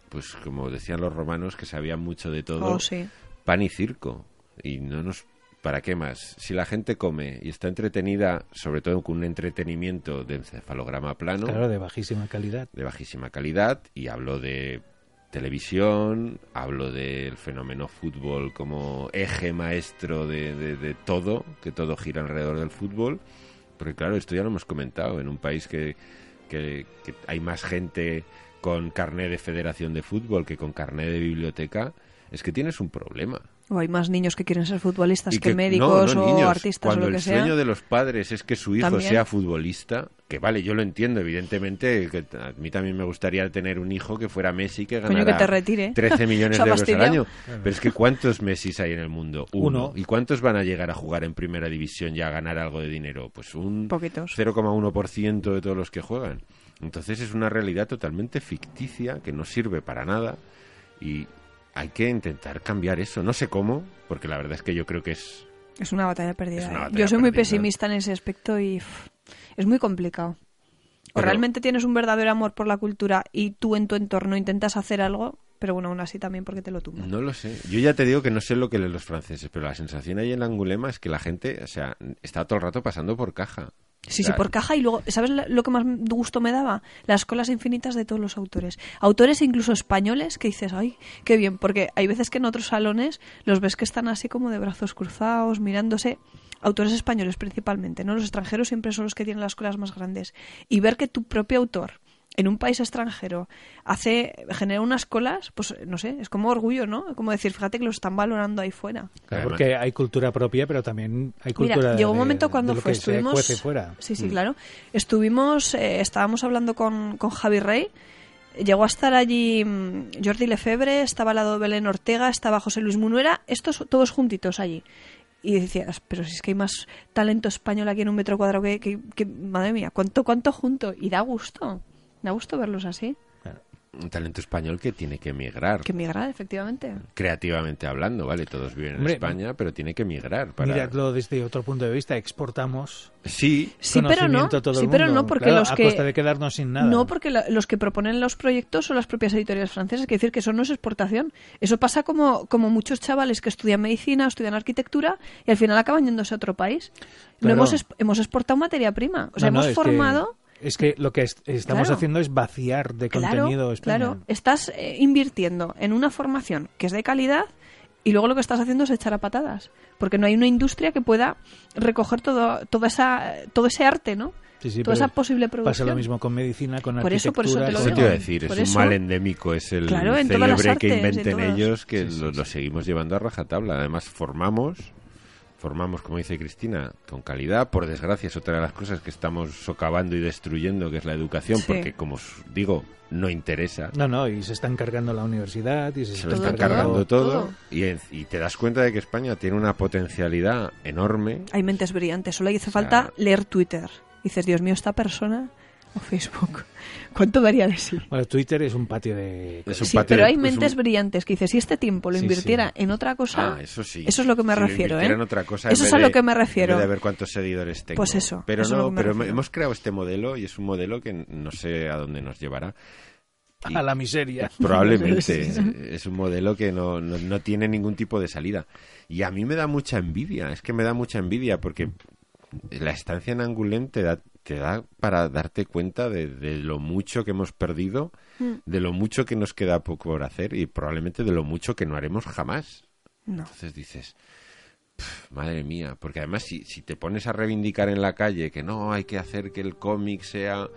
Pues como decían los romanos, que sabían mucho de todo, Oh, sí. pan y circo. Y no nos... ¿Para qué más? Si la gente come y está entretenida, sobre todo con un entretenimiento de encefalograma plano, claro, de bajísima calidad. de bajísima calidad y hablo de televisión, hablo del fenómeno fútbol como eje maestro de, de- de todo, que todo gira alrededor del fútbol, porque claro, esto ya lo hemos comentado, en un país que, que- que hay más gente con carné de federación de fútbol que con carné de biblioteca, es que tienes un problema. O hay más niños que quieren ser futbolistas Y que, que- médicos no, no, o niños, artistas o cuando lo que el sea. sueño de los padres es que su hijo También. sea futbolista que vale yo lo entiendo evidentemente que t- a mí también me gustaría tener un hijo que fuera Messi que Coño, ganara que te retire. 13 millones Se ha de euros al fastidiado. año pero es que cuántos Messis hay en el mundo uno. Uno. y cuántos van a llegar a jugar en primera división y a ganar algo de dinero pues un Poquitos. 0,1% de todos los que juegan entonces es una realidad totalmente ficticia que no sirve para nada y hay que intentar cambiar eso no sé cómo porque la verdad es que yo creo que es Es una batalla perdida. Es una ¿eh? batalla Yo soy muy perdida. pesimista en ese aspecto y pff, es muy complicado. O Pero- realmente tienes un verdadero amor por la cultura y tú en tu entorno intentas hacer algo, pero bueno, aún así también porque te lo tumban. No lo sé. Yo ya te digo que no sé lo que leen los franceses, pero la sensación ahí en Angulema es que la gente, o sea, está todo el rato pasando por caja. Sí, sí, Claro. por caja. Y luego, ¿sabes la- lo que más gusto me daba? Las colas infinitas de todos los autores. Autores e incluso españoles que dices, ay, qué bien, porque hay veces que en otros salones los ves que están así como de brazos cruzados, mirándose. Autores españoles principalmente, ¿no? Los extranjeros siempre son los que tienen las colas más grandes. Y ver que tu propio autor en un país extranjero hace genera unas colas, pues no sé, es como orgullo, ¿no? Como decir, fíjate que lo están valorando ahí fuera. Claro, Además- porque hay cultura propia, pero también hay cultura. Mira, llegó un de- momento de cuando lo fue, que se estuvimos. cuece fuera. Mm. Sí, sí, claro. Estuvimos, eh, estábamos hablando con, con Javi Rey. Llegó a estar allí mm, Jordi Lefebvre, estaba al lado de Belén Ortega, estaba José Luis Munuera, estos todos juntitos allí. Y decías, pero si es que hay más talento español aquí en un metro cuadrado que, que- que- madre mía, cuánto, cuánto junto. Y da gusto, da gusto verlos así, Un talento español que tiene que emigrar, que migrar, efectivamente. creativamente hablando, ¿vale? Todos viven Hombre, en España, pero tiene que emigrar para... Miradlo desde otro punto de vista, exportamos Sí, Sí, pero no, conocimiento a todo el sí, pero mundo. no, porque Claro, los a que costa de quedarnos sin nada. No, porque la- los que proponen los proyectos son las propias editoriales francesas, que decir que eso no es exportación. Eso pasa como, como muchos chavales que estudian medicina, estudian arquitectura y al final acaban yéndose a otro país. No Claro. hemos, exp- hemos exportado materia prima. O sea, No, no, hemos es que- formado. es que lo que est- estamos Claro. haciendo es vaciar de contenido Claro, español. claro. Estás eh, invirtiendo en una formación que es de calidad y luego lo que estás haciendo es echar a patadas. Porque no hay una industria que pueda recoger todo, toda esa, todo ese arte, ¿no? Sí, sí, toda pero esa posible producción. Pasa lo mismo con medicina, con Por eso- arquitectura. por eso te lo Eso digo. te iba a decir, es Por un eso- mal endémico, es el Claro, en todas las célebre que artes, en inventen todas. ellos, que Sí, sí, lo, sí. lo seguimos llevando a rajatabla. Además, formamos, formamos, como dice Cristina, con calidad. Por desgracia, es otra de las cosas que estamos socavando y destruyendo, que es la educación, Sí. porque, como os digo, no interesa. No, no, y se están cargando la universidad y se, Se lo Todo, están todo, cargando todo, todo. Y, en- y te das cuenta de que España tiene una potencialidad enorme. Hay mentes brillantes, solo hace sea- falta leer Twitter. Dices, Dios mío, esta persona o Facebook. ¿Cuánto daría de sí? Bueno, Twitter es un patio de... Es un Sí, patio- pero hay es un- mentes brillantes que dices, si este tiempo lo Sí, invirtiera sí. en otra cosa, Ah, eso sí. es lo que me Si lo refiero. ¿eh? invirtiera en otra cosa, en eso es vez a lo de- que me en refiero. vez de ver cuántos seguidores tengo. Pues eso, Pero eso es a lo no, que me pero refiero. hemos creado este modelo y es un modelo que no sé a dónde nos llevará. Y A la miseria. Probablemente. Sí, sí. Es un modelo que no, no, no tiene ningún tipo de salida. Y a mí me da mucha envidia. Es que me da mucha envidia porque la estancia en Angoulême te da, te da para darte cuenta de, de lo mucho que hemos perdido, Mm. de lo mucho que nos queda poco por hacer y probablemente de lo mucho que no haremos jamás. No. Entonces dices, "Pf, madre mía, porque además si, si te pones a reivindicar en la calle que no, hay que hacer que el cómic sea...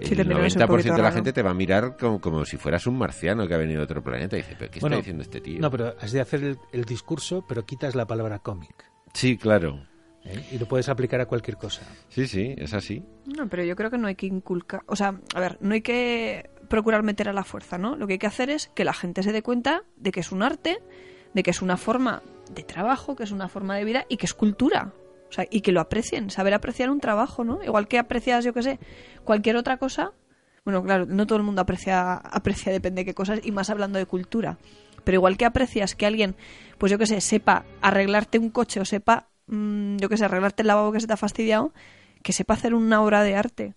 El Sí, te miran así un 90% de la poquito gente te va a mirar como, como si fueras un marciano que ha venido de otro planeta y dice, pero ¿qué Bueno, está diciendo este tío? No, pero has de hacer el, el discurso, pero quitas la palabra cómic. Sí, claro. ¿eh? Y lo puedes aplicar a cualquier cosa. Sí, sí, es así. No, pero yo creo que no hay que inculcar, o sea, a ver, no hay que procurar meter a la fuerza, ¿no? Lo que hay que hacer es que la gente se dé cuenta de que es un arte, de que es una forma de trabajo, que es una forma de vida y que es cultura. O sea, y que lo aprecien, saber apreciar un trabajo, ¿no? Igual que aprecias, yo qué sé, cualquier otra cosa. Bueno, claro, no todo el mundo aprecia, aprecia depende de qué cosas, y más hablando de cultura. Pero igual que aprecias que alguien, pues yo qué sé, sepa arreglarte un coche o sepa, mm, yo qué sé, arreglarte el lavabo que se te ha fastidiado, que sepa hacer una obra de arte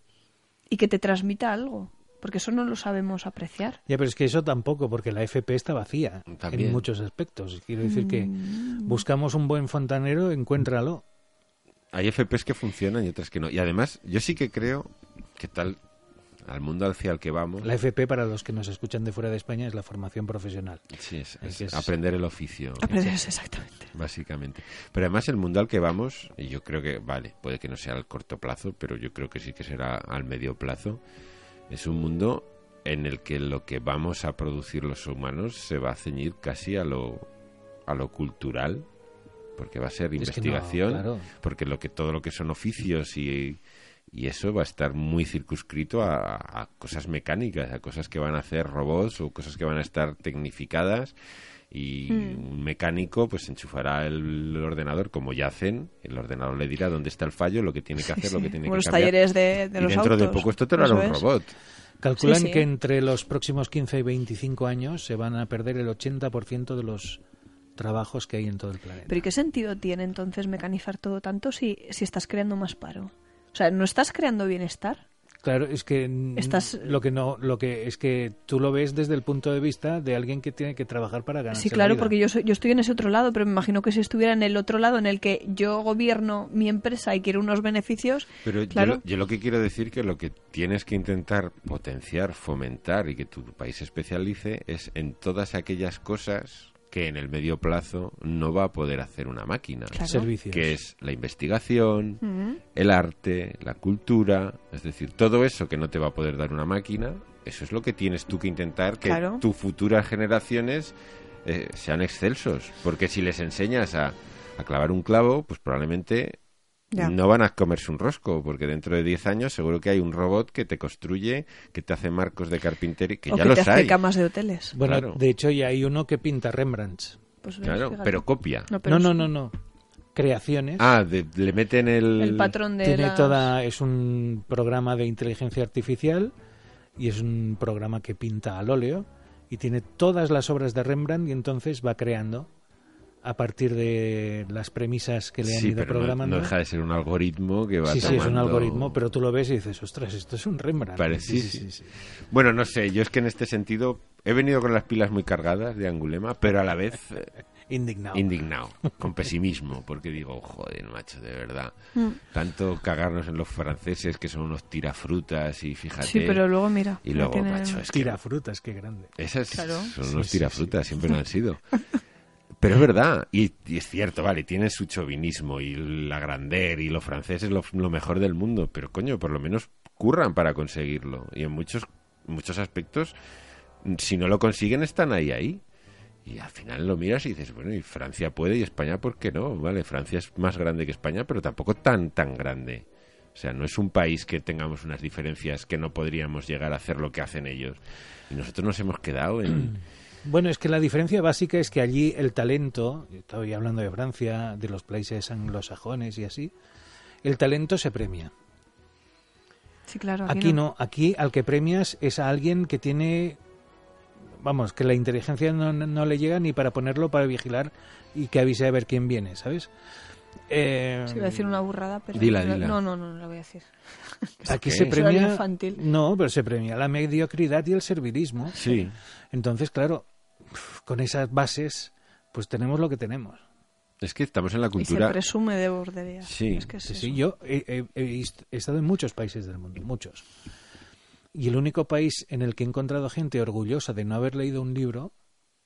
y que te transmita algo, porque eso no lo sabemos apreciar. Ya, pero es que eso tampoco, porque la FP está vacía También. en muchos aspectos. Quiero decir que Mm. buscamos un buen fontanero, encuéntralo. Hay FPs que funcionan y otras que no. Y además, yo sí que creo que tal al mundo hacia el que vamos... La FP, para los que nos escuchan de fuera de España, es la formación profesional. Sí, es- Hay es que Ah, es- aprender el oficio. Aprecias exactamente. Básicamente. Pero además el mundo al que vamos, y yo creo que, vale, puede que no sea al corto plazo, pero yo creo que sí que será al medio plazo, es un mundo en el que lo que vamos a producir los humanos se va a ceñir casi a lo, a lo cultural, porque va a ser Es que no, investigación, claro. porque lo que, todo lo que son oficios y, y eso va a estar muy circunscrito a, a cosas mecánicas, a cosas que van a hacer robots o cosas que van a estar tecnificadas y Hmm. un mecánico pues enchufará el, ordenador como ya hacen, el ordenador le dirá dónde está el fallo, lo que tiene que hacer, lo que tiene Como que los cambiar. talleres de, de y los dentro autos. de poco esto te lo hará eso un es. robot. Calculan Sí, sí. que entre los próximos 15 y 25 años se van a perder el 80% de los trabajos que hay en todo el planeta. Pero ¿y qué sentido tiene entonces mecanizar todo tanto si, si estás creando más paro? O sea, ¿no estás creando bienestar? Claro, es que n- Estás- eh, lo que no, lo que es que tú lo ves desde el punto de vista de alguien que tiene que trabajar para ganar. Sí, claro, porque yo, soy- yo estoy en ese otro lado, pero me imagino que si estuviera en el otro lado en el que yo gobierno mi empresa y quiero unos beneficios, Pero yo claro, lo- yo, lo que quiero decir que lo que tienes que intentar potenciar, fomentar y que tu país se especialice es en todas aquellas cosas que en el medio plazo no va a poder hacer una máquina. Claro. servicios. Que es la investigación, Mm. el arte, la cultura, es decir, todo eso que no te va a poder dar una máquina, eso es lo que tienes tú que intentar que Claro. tus futuras generaciones eh, sean excelsos. Porque si les enseñas a, a clavar un clavo, pues probablemente Ya. no van a comerse un rosco, porque dentro de 10 años seguro que hay un robot que te construye, que te hace marcos de carpintería, que o ya que te los hace hay. camas de hoteles. Bueno, claro. de hecho ya hay uno que pinta Rembrandt. Pues ves, Claro, fíjate. pero copia. No, pero no, es- no, no, no. Creaciones. Ah, de- le meten el... El patrón de Tiene las- toda, es un programa de inteligencia artificial y es un programa que pinta al óleo y tiene todas las obras de Rembrandt y entonces va creando a partir de las premisas que le han Sí, ido pero no- programando. No, deja de ser un algoritmo que va sí, sí, es un tomando- algoritmo, pero tú lo ves y dices, ostras, esto es un Rembrandt. Pare- Sí, sí, sí, sí, Bueno, no sé, yo es que en este sentido he venido con las pilas muy cargadas de Angulema, pero a la vez eh, sí. Indignado. indignado, con pesimismo, porque digo, joder, macho, de verdad, Mm. tanto cagarnos en los franceses que son unos tirafrutas y fíjate. Sí, pero luego mira. Ah, Y no luego, tiene- macho, es que Tira frutas, qué grande. esas Claro. son Sí, unos sí, tirafrutas, siempre lo han sido. Pero es verdad, y, y es cierto, vale, tiene su chovinismo y la grandeur y lo francés es lo, lo mejor del mundo, pero coño, por lo menos curran para conseguirlo. Y en muchos, muchos aspectos, si no lo consiguen, están ahí, ahí. Y al final lo miras y dices, bueno, y Francia puede y España, ¿por qué no? Vale, Francia es más grande que España, pero tampoco tan, tan grande. O sea, no es un país que tengamos unas diferencias que no podríamos llegar a hacer lo que hacen ellos. Y nosotros nos hemos quedado en... Bueno, es que la diferencia básica es que allí el talento, yo estoy hablando de Francia, de los países anglosajones y así, el talento se premia. Sí, claro. Aquí, Aquí no, aquí al que premias es a alguien que tiene, vamos, que la inteligencia no, no- no le llega ni para ponerlo para vigilar y que avise a ver quién viene, ¿sabes? Eh, Sí, iba a decir una burrada, pero. Mm. Dila, dila. No, no, no, no la voy a decir. aquí ¿Qué? se Suena premia infantil. no, pero se premia la mediocridad y el servilismo. Sí. Entonces, claro, con esas bases, pues tenemos lo que tenemos. Es que estamos en la Y se cultura... presume de bordería. Sí, Es que es Sí, eso. sí, yo he, he- he vist- he estado en muchos países del mundo, muchos. Y el único país en el que he encontrado gente orgullosa de no haber leído un libro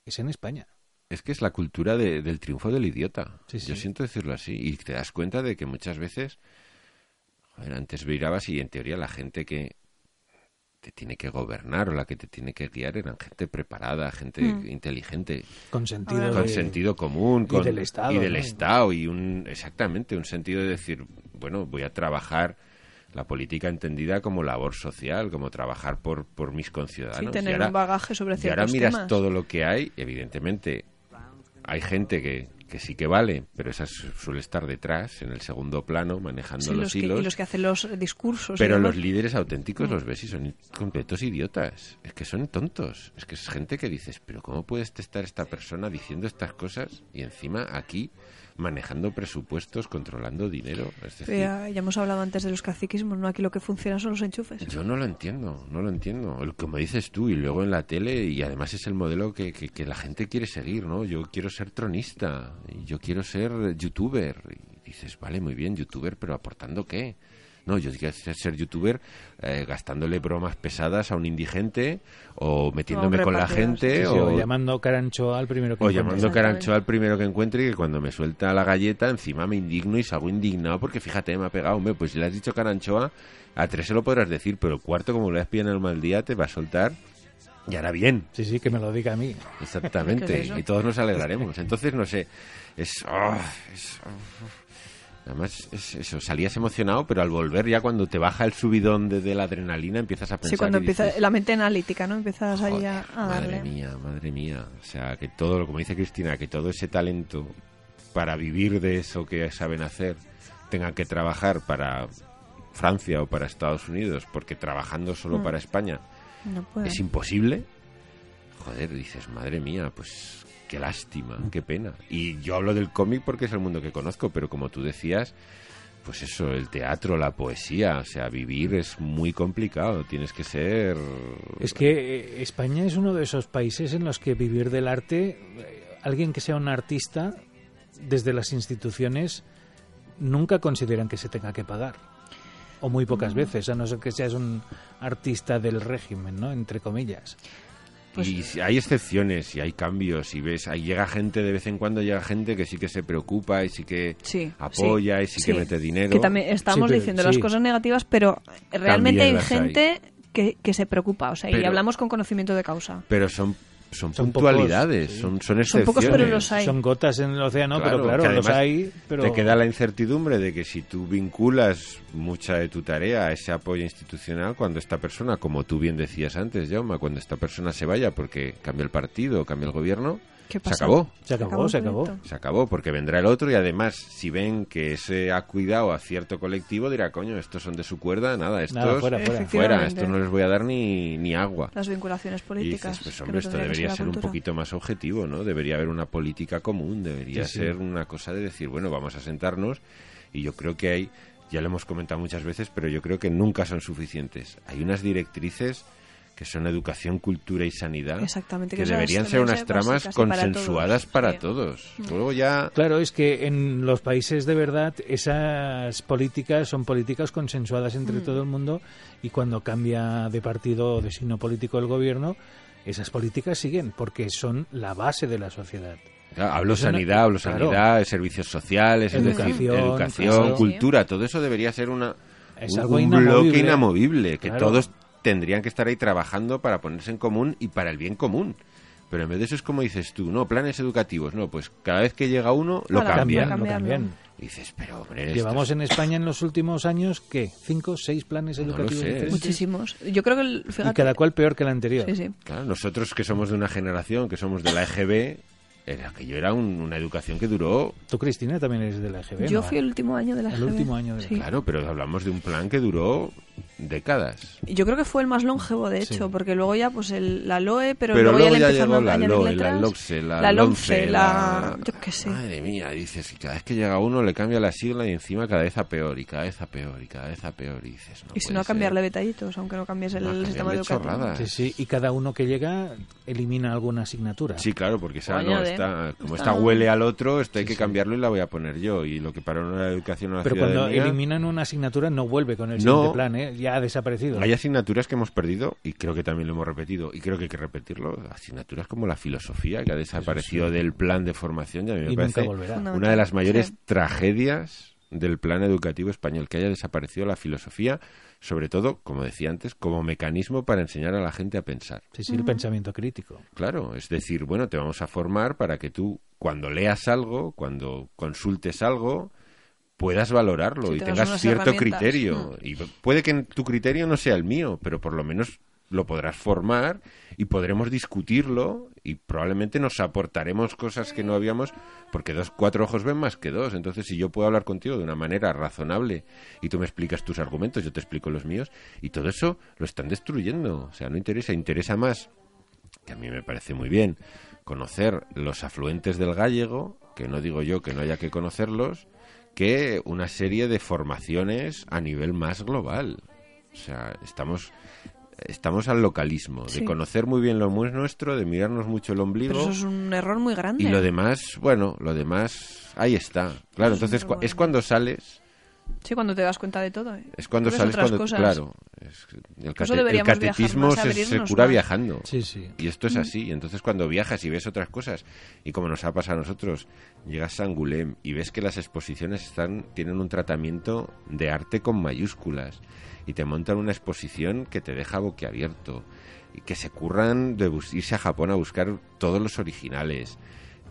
es en España. Es que es la cultura de- del triunfo del idiota. Sí, sí. Yo siento decirlo así. Y te das cuenta de que muchas veces. joder, antes mirabas y en teoría la gente que te tiene que gobernar o la que te tiene que guiar eran gente preparada, gente Mm. inteligente, Con sentido. Ahora con de- sentido común. y con- del Estado, Y del ¿no? Estado. Y un, exactamente, un sentido de decir, bueno, voy a trabajar. La política entendida como labor social, como trabajar por, por mis Sí, conciudadanos. Y tener ahora- un bagaje sobre y ahora ciertos miras temas. todo lo que hay, evidentemente hay gente que, que sí que vale, pero esa su- suele estar detrás, en el segundo plano, manejando Sí, los, los que, hilos. y los que Mm. hacen los eh, discursos. y pero demás. los líderes auténticos los ves y son completos idiotas. Es que son tontos. Es que es gente que dices, pero ¿cómo puedes estar esta persona diciendo estas cosas y encima aquí manejando presupuestos, controlando dinero? Es decir, Ya, ya hemos hablado antes de los caciquismos, ¿no? Aquí lo que funciona son los enchufes. Yo no lo entiendo, no lo entiendo. El- Como dices tú, y luego en la tele, y además es el modelo que, que- que la gente quiere seguir, ¿no? Yo quiero ser tronista, y yo quiero ser youtuber. Y dices, vale, muy bien, youtuber, pero ¿aportando qué? No, yo quiero ser- ser youtuber eh, gastándole bromas pesadas a un indigente, o metiéndome con la repartidor, gente, Sí, sí, o o, llamando carancho al primero que o encuentres. llamando carancho al primero que encuentre y que cuando me suelta la galleta encima me indigno y salgo indignado porque fíjate, me ha pegado. Hombre, pues si le has dicho caranchoa, a tres se lo podrás decir, pero el cuarto, como le has pillado en el mal día, te va a soltar y hará bien. Sí, sí, que me lo diga a mí. Exactamente, ¿Qué es eso? y todos nos alegraremos. Entonces, no sé, es... oh, es- oh. Además, es eso, salías emocionado, pero al volver ya cuando te baja el subidón de, de la adrenalina empiezas a pensar... Sí, y cuando empieza dices, la mente analítica, ¿no? Empiezas ahí a, Joder, a Madre darle. mía, madre mía. O sea, que todo, lo como dice Cristina, que todo ese talento para vivir de eso que saben hacer tengan que trabajar para Francia o para Estados Unidos, porque trabajando solo Mm. para España No puedo. es imposible. Joder, dices, madre mía, pues qué lástima, qué pena. Y yo hablo del cómic porque es el mundo que conozco, pero como tú decías, pues eso, el teatro, la poesía, o sea, vivir es muy complicado, tienes que ser... Es que eh, España es uno de esos países en los que vivir del arte, eh, alguien que sea un artista, desde las instituciones, nunca consideran que se tenga que pagar. O muy Mm. pocas veces, a no ser que seas un artista del régimen, ¿no? Entre comillas. Pues- y si- hay excepciones y hay cambios y ves, ahí llega gente de vez en cuando llega gente que sí que se preocupa y sí que Sí, apoya y sí, que mete dinero. Que también estamos Sí, pero- diciendo sí. las cosas negativas, pero realmente hay las gente que, que se preocupa, o sea, y Pero- hablamos con conocimiento de causa. Pero son, son, Son puntualidades, pocos, sí. son, son Son excepciones. pocos, pero los hay. Son gotas en el océano, pero que claro, los además hay, pero... Te queda la incertidumbre de que si tú vinculas mucha de tu tarea a ese apoyo institucional, cuando esta persona, como tú bien decías antes, Jaume, cuando esta persona se vaya porque cambia el partido, cambia el gobierno, ¿Qué se pasa? acabó. Se acabó, se el acabó. proyecto. Se acabó, porque vendrá el otro y además, si ven que se ha cuidado a cierto colectivo, dirá, coño, estos son de su cuerda, nada, estos Nada, fuera, fuera. fuera, Efectivamente. estos no les voy a dar ni, ni agua. Las vinculaciones Y políticas. dices, pues que hombre, no esto tendría que debería la ser un cultura. poquito más objetivo, ¿no? Debería haber una política común, debería Sí, sí. ser una cosa de decir, bueno, vamos a sentarnos y yo creo que hay, ya lo hemos comentado muchas veces, pero yo creo que nunca son suficientes. Hay unas directrices que son educación, cultura y sanidad, Exactamente, ¿eh? que que esas deberían ser deberían unas ser tramas básicas y para consensuadas todos, para sí. Mm. todos. Luego ya... Claro, es que en los países de verdad esas políticas son políticas consensuadas entre Mm. todo el mundo y cuando cambia de partido o de signo político el gobierno, esas políticas siguen porque son la base de la sociedad. Claro, hablo Eso no- sanidad, hablo claro. sanidad, eh, servicios sociales, es decir, Educación, educación, claro. cultura, todo eso debería ser una Es un, algo un inamovible. bloque inamovible que Claro. todos tendrían que estar ahí trabajando para ponerse en común y para el bien común. Pero en vez de eso es como dices tú, no, planes educativos, no, pues cada vez que llega uno lo Ala, lo cambia. cambia. lo cambiarlo. cambian. Y dices, pero hombre, esto Llevamos es- en España en los últimos años, ¿qué? ¿Cinco, seis planes lo educativos? sé. diferentes? Muchísimos. Yo creo que, el- Y fíjate, cada cual peor que la anterior. sí, sí. claro, nosotros que somos de una generación, que somos de la EGB, en la que yo era un- una educación que duró, Tú, Cristina, también eres de la EGB. Yo ¿no? fui el último año de la El GB. último año de la- Sí. claro, pero hablamos de un plan que duró décadas. Yo creo que fue el más longevo, de hecho, Sí. porque luego ya, pues el, la LOE, pero, Pero luego luego ya ya le empezaron llegó a la añadir LOE, la E, letras. LONCE, la, la LONCE, LONCE, la... Yo qué sé. Madre mía, dices, y cada vez que llega uno le cambia la sigla y encima cada vez a peor, y cada vez a peor, y cada vez a peor, y dices, no y si no, a cambiarle detallitos, aunque no cambies el No, cambiarle sistema educativo. chorradas. Sí, sí, y cada uno que llega elimina alguna asignatura. Sí, claro, porque esa Coño, no de- está, como está- esta huele al otro, esto hay que cambiarlo y la voy a poner yo, y lo que para una educación a la Pero cuando ciudadanía- eliminan una asignatura no vuelve con el No. siguiente plan, ¿eh? ya ha desaparecido. Hay asignaturas que hemos perdido, y creo que también lo hemos repetido, y creo que hay que repetirlo, asignaturas como la filosofía, que ha desaparecido del plan de formación, y a mí me y nunca parece volverá. No. una de las mayores Sí. tragedias del plan educativo español, que haya desaparecido la filosofía, sobre todo, como decía antes, como mecanismo para enseñar a la gente a pensar. Sí, sí, el pensamiento crítico. Claro, es decir, bueno, te vamos a formar para que tú, cuando leas algo, cuando consultes algo, puedas valorarlo Sí, y tengas tengas unas cierto herramientas. Hmm. criterio. Y puede que tu criterio no sea el mío, pero por lo menos lo podrás formar y podremos discutirlo y probablemente nos aportaremos cosas que no habíamos porque dos cuatro ojos ven más que dos entonces si yo puedo hablar contigo de una manera razonable y tú me explicas tus argumentos yo te explico los míos y todo eso lo están destruyendo o sea no interesa interesa más que a mí me parece muy bien, conocer los afluentes del gallego, que no digo yo que no haya que conocerlos, que una serie de formaciones a nivel más global. O sea, estamos estamos al localismo, Sí. de conocer muy bien lo mu- nuestro, de mirarnos mucho el ombligo Pero eso es un error muy grande. y lo demás, bueno, lo demás ahí está. Claro, Eso es entonces muy cua- bueno. es cuando sales Sí, cuando te das cuenta de todo. ¿eh? es cuando Ves sales otras cuando cosas. claro, es- el, cate- el deberíamos viajar catecismo más, se, se abrirnos cura más. viajando. Sí, sí. Y esto Mm. es así. Y entonces cuando viajas y ves otras cosas, y como nos ha pasado a nosotros, llegas a Angulem y ves que las exposiciones están tienen un tratamiento de arte con mayúsculas y te montan una exposición que te deja boquiabierto y que se curran de bus- irse a Japón a buscar todos los originales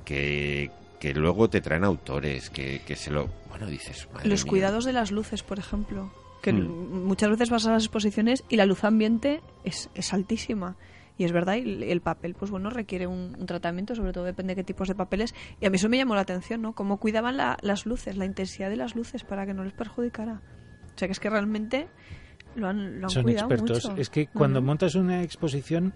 que que luego te traen autores, que, que se lo... Bueno, dices... Madre Los mía. cuidados de las luces, por ejemplo. Que Hmm. muchas veces vas a las exposiciones y la luz ambiente es, es altísima. Y es verdad, y el, el papel, pues bueno, requiere un, un tratamiento, sobre todo depende de qué tipos de papeles. Y a mí eso me llamó la atención, ¿no? Cómo cuidaban la- las luces, la intensidad de las luces para que no les perjudicara. O sea, que es que realmente lo han, lo han Son cuidado expertos. mucho. Es que No, cuando no. montas una exposición,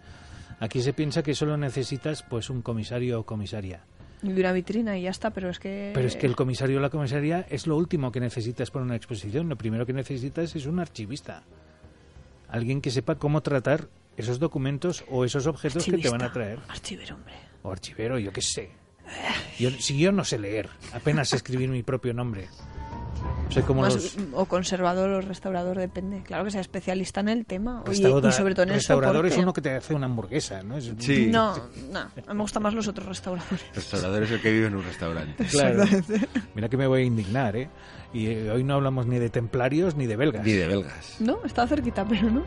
aquí se piensa que solo necesitas pues un comisario o comisaria. Y una vitrina y ya está, pero es que... Pero es que el comisario o la comisaría es lo último que necesitas para una exposición. Lo primero que necesitas es un archivista. Alguien que sepa cómo tratar esos documentos o esos objetos que te van a Archivista. traer. Archivero, hombre. O archivero, yo qué sé. Yo- si yo no sé leer, apenas sé escribir mi propio nombre. Soy como Más- los O conservador o restaurador, depende. Claro que sea especialista en el tema. Oye, restaura- y sobre todo en el restauradores, soporte. uno que te hace una hamburguesa, ¿no? Es- Sí. No, no. Me gustan más los otros restauradores. Restaurador es el que vive en un restaurante. Claro. Mira que me voy a indignar, ¿eh? Y eh, hoy no hablamos ni de templarios ni de belgas. Ni de belgas. No, estaba cerquita, pero no.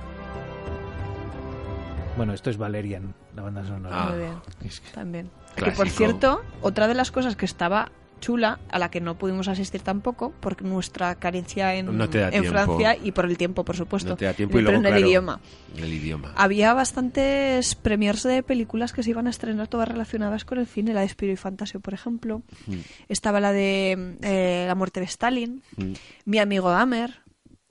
Bueno, esto es Valerian, la banda sonora. Ah. Muy bien. Es que- También. Que Clásico. por cierto, otra de las cosas que estaba chula, a la que no pudimos asistir tampoco, por nuestra carencia en, No te da en tiempo. Francia y por el tiempo, por supuesto. No te da tiempo y Pero luego, en el claro, idioma. Ah. en El idioma. Había bastantes premiers de películas que se iban a estrenar todas relacionadas con el cine, la de Spiro y Fantasio, por ejemplo. Mm, Estaba la de eh, La muerte de Stalin, Mi amigo Dahmer.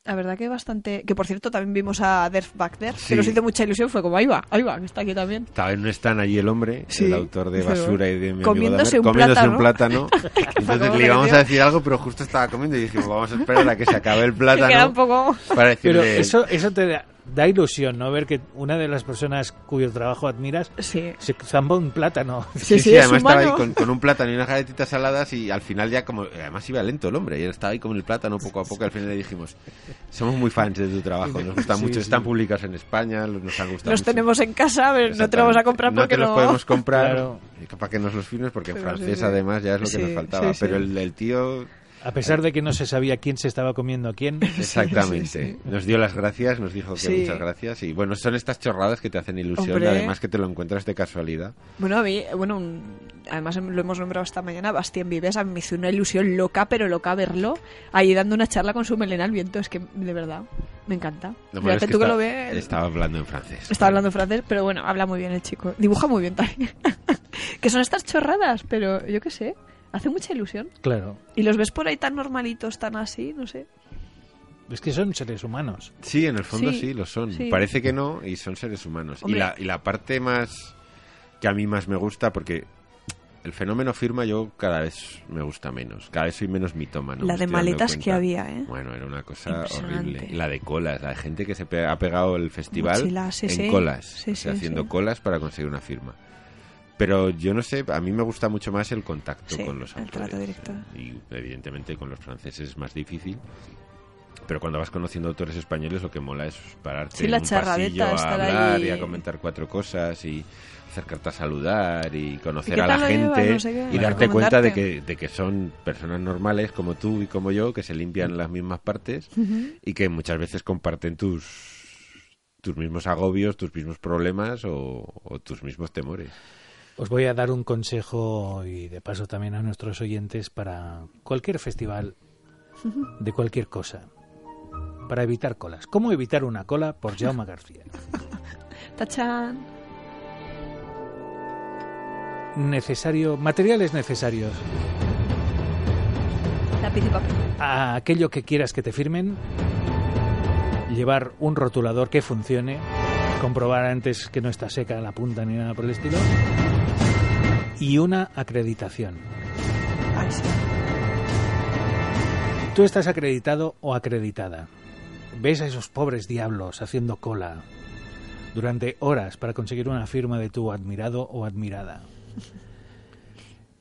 La verdad que bastante... Que por cierto también vimos a Derf Back There, Sí. que nos hizo mucha ilusión. Fue como, ahí va, ahí va, que está aquí también. Estaba en un stand allí el hombre, Sí. el autor de Basura y de mi amigo Comiéndose Dahmer, un comiéndose un plátano. plátano. Fue Entonces como le íbamos gracioso. a decir algo, pero justo estaba comiendo y dijimos, vamos a esperar a que se acabe el plátano. Que queda un poco... Para decirle, Pero eso, eso te da, da ilusión, ¿no? Ver que una de las personas cuyo trabajo admiras Sí. se zamba un plátano. Sí, sí, es además estaba ahí humano. con, con un plátano y unas galletitas saladas y al final ya como... eh, Además iba lento el hombre, y él estaba ahí con el plátano poco a poco y al final le dijimos, somos muy fans de tu trabajo, nos gusta Sí, mucho, sí. están publicados en España, los- nos han gustado Los mucho". tenemos en casa, pero no te los vamos a comprar No porque te no... los podemos comprar. Claro. Y Capaz que nos los firmes porque en Pero sí, francés sí. además ya es lo que Sí, nos faltaba. sí, sí. Pero el, el tío... A pesar de que no se sabía quién se estaba comiendo a quién. Exactamente. Nos dio las gracias, nos dijo que Sí. muchas gracias. Y bueno, son estas chorradas que te hacen ilusión, Hombre. además que te lo encuentras de casualidad. Bueno, a mí, bueno, un- además lo hemos nombrado esta mañana, Bastien Vives, a mí me hizo una ilusión loca, pero loca verlo, ahí dando una charla con su melena al viento, es que de verdad, me encanta. Lo Mira, malo es que tú que está- lo ves, está... Estaba hablando en francés. hablando francés, pero bueno, habla muy bien el chico, dibuja muy bien también. que son estas chorradas, pero yo qué sé, hace mucha ilusión. Claro. Y los ves por ahí tan normalitos, tan así, no sé. Es que son seres humanos. Sí, en el fondo Sí, sí, lo son. sí. Parece que no y son seres humanos. Y Hombre. la, y la parte más que a mí más me gusta, porque el fenómeno firma yo cada vez me gusta menos. Cada vez soy menos mitómano. La me de estoy dando maletas que cuenta. había, ¿eh? Bueno, era una cosa Impresionante. horrible. La de colas, la de gente que se pe- ha pegado el festival Mochilas, sí, en sí. colas. Sí, o sea, sí, haciendo sí. colas para conseguir una firma. Pero yo no sé, a mí me gusta mucho más el contacto Sí, con los el autores. trato directo. Y evidentemente con los franceses es más difícil. Pero cuando vas conociendo autores españoles lo que mola es pararte Sí, en la un pasillo charradeta, a estar hablar ahí. y a comentar cuatro cosas y acercarte a saludar y conocer qué a la tal lo llevas? gente No sé qué. y darte Recomendarte. cuenta de que, de que son personas normales como tú y como yo que se limpian las mismas partes y que muchas veces comparten tus tus mismos agobios, tus mismos problemas o, o tus mismos temores. Os voy a dar un consejo y de paso también a nuestros oyentes para cualquier festival de cualquier cosa. Para evitar colas. ¿Cómo evitar una cola por Jaume García? Tachan. Necesario, materiales necesarios. Lápiz y papel. A aquello que quieras que te firmen, llevar un rotulador que funcione, comprobar antes que no está seca la punta ni nada por el estilo, y una acreditación. Ay, sí. Tú estás acreditado o acreditada. Ves a esos pobres diablos haciendo cola durante horas para conseguir una firma de tu admirado o admirada.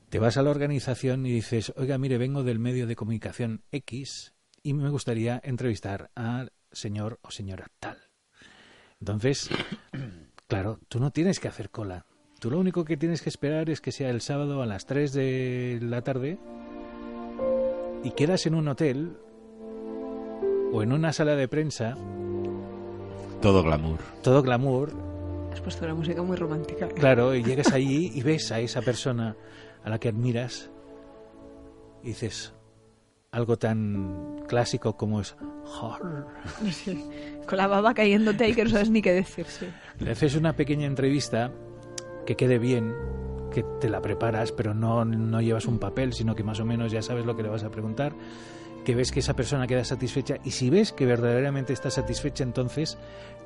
Te vas a la organización y dices, oiga, mire, vengo del medio de comunicación X y me gustaría entrevistar al señor o señora tal. Entonces, claro, tú no tienes que hacer cola. Tú lo único que tienes que esperar es que sea el sábado a las 3 de la tarde y quedas en un hotel o en una sala de prensa, Todo glamour. todo glamour, Has puesto una música muy romántica. claro, y llegas allí y ves a esa persona a la que admiras y dices algo tan clásico como es "Jor". Sí. Con la baba cayéndote ahí que no sabes ni qué decir, sí. Le haces una pequeña entrevista que quede bien, que te la preparas, pero no, no llevas un papel, sino que más o menos ya sabes lo que le vas a preguntar, que ves que esa persona queda satisfecha y si ves que verdaderamente está satisfecha, entonces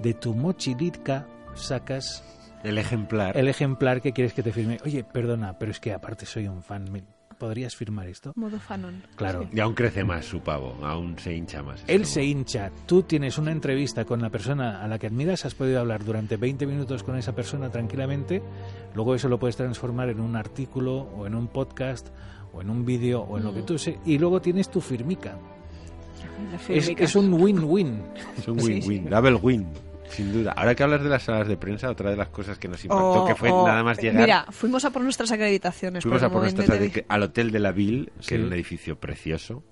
de tu mochilitka sacas El ejemplar. el ejemplar que quieres que te firme. Oye, perdona, pero es que aparte soy un fan. ¿me ¿Podrías firmar esto? Modo fanon. Claro. Y aún crece más su pavo, aún se hincha más. Él Este se hincha, tú tienes una entrevista con la persona a la que admiras, has podido hablar durante 20 minutos con esa persona tranquilamente, luego eso lo puedes transformar en un artículo o en un podcast o en un vídeo o en Mm. lo que tú se y luego tienes tu firmica. La Es, fíbrica. es un win-win. Es un Sí, win-win, sí. double win, sin duda. Ahora que hablas de las salas de prensa, otra de las cosas que nos impactó O- que fue o- nada más llegar. Oh, Eh, Mira, fuimos a por nuestras acreditaciones. fuimos pero a por como nuestras bien te adic- al hotel de la Ville, que Sí. era un edificio precioso.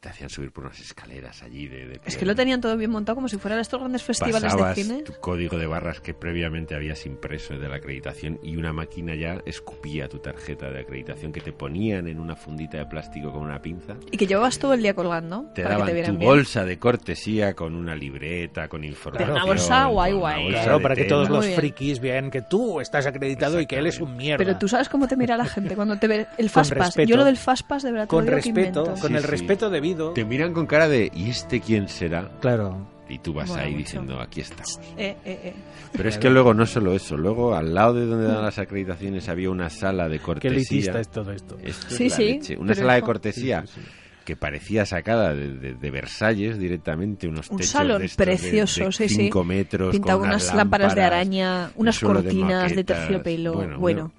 Te hacían subir por unas escaleras allí de, de dije- Es que piedra. lo tenían todo bien montado como si fueran estos grandes festivales Pasabas de cine. tu código de barras que previamente habías impreso de la acreditación y una máquina ya escupía tu tarjeta de acreditación que te ponían en una fundita de plástico con una pinza. Y que llevabas todo el día colgando. Te para que te daban vieran tu bien. bolsa de cortesía con una libreta, con información. una bolsa con guay, una guay. bolsa Claro, de para que tela. todos Muy los bien. frikis vean que tú estás acreditado y que él es un mierda. Pero tú sabes cómo te mira la gente cuando te ve el Con Fastpass. respeto. Yo lo del Fastpass de verdad te con lo digo que respeto, invento. con Sí, el sí. respeto debido. Te miran con cara de ¿y este quién será? Claro. Y tú vas Mola ahí mucho. diciendo aquí estamos. Eh, eh, eh. Pero es que luego no solo eso, luego al lado de donde dan las acreditaciones había una sala de Qué cortesía. elitista es todo esto. Esto es este? Sí, la sí, leche. Una pero sala de hijo. cortesía Sí, sí, sí. que parecía sacada de, de- de Versalles directamente, unos Un techos salón de estos de- precioso, de sí, sí. cinco metros, Pintado con con unas lámparas de araña, un unas suelo cortinas de maquetas. terciopelo. Bueno.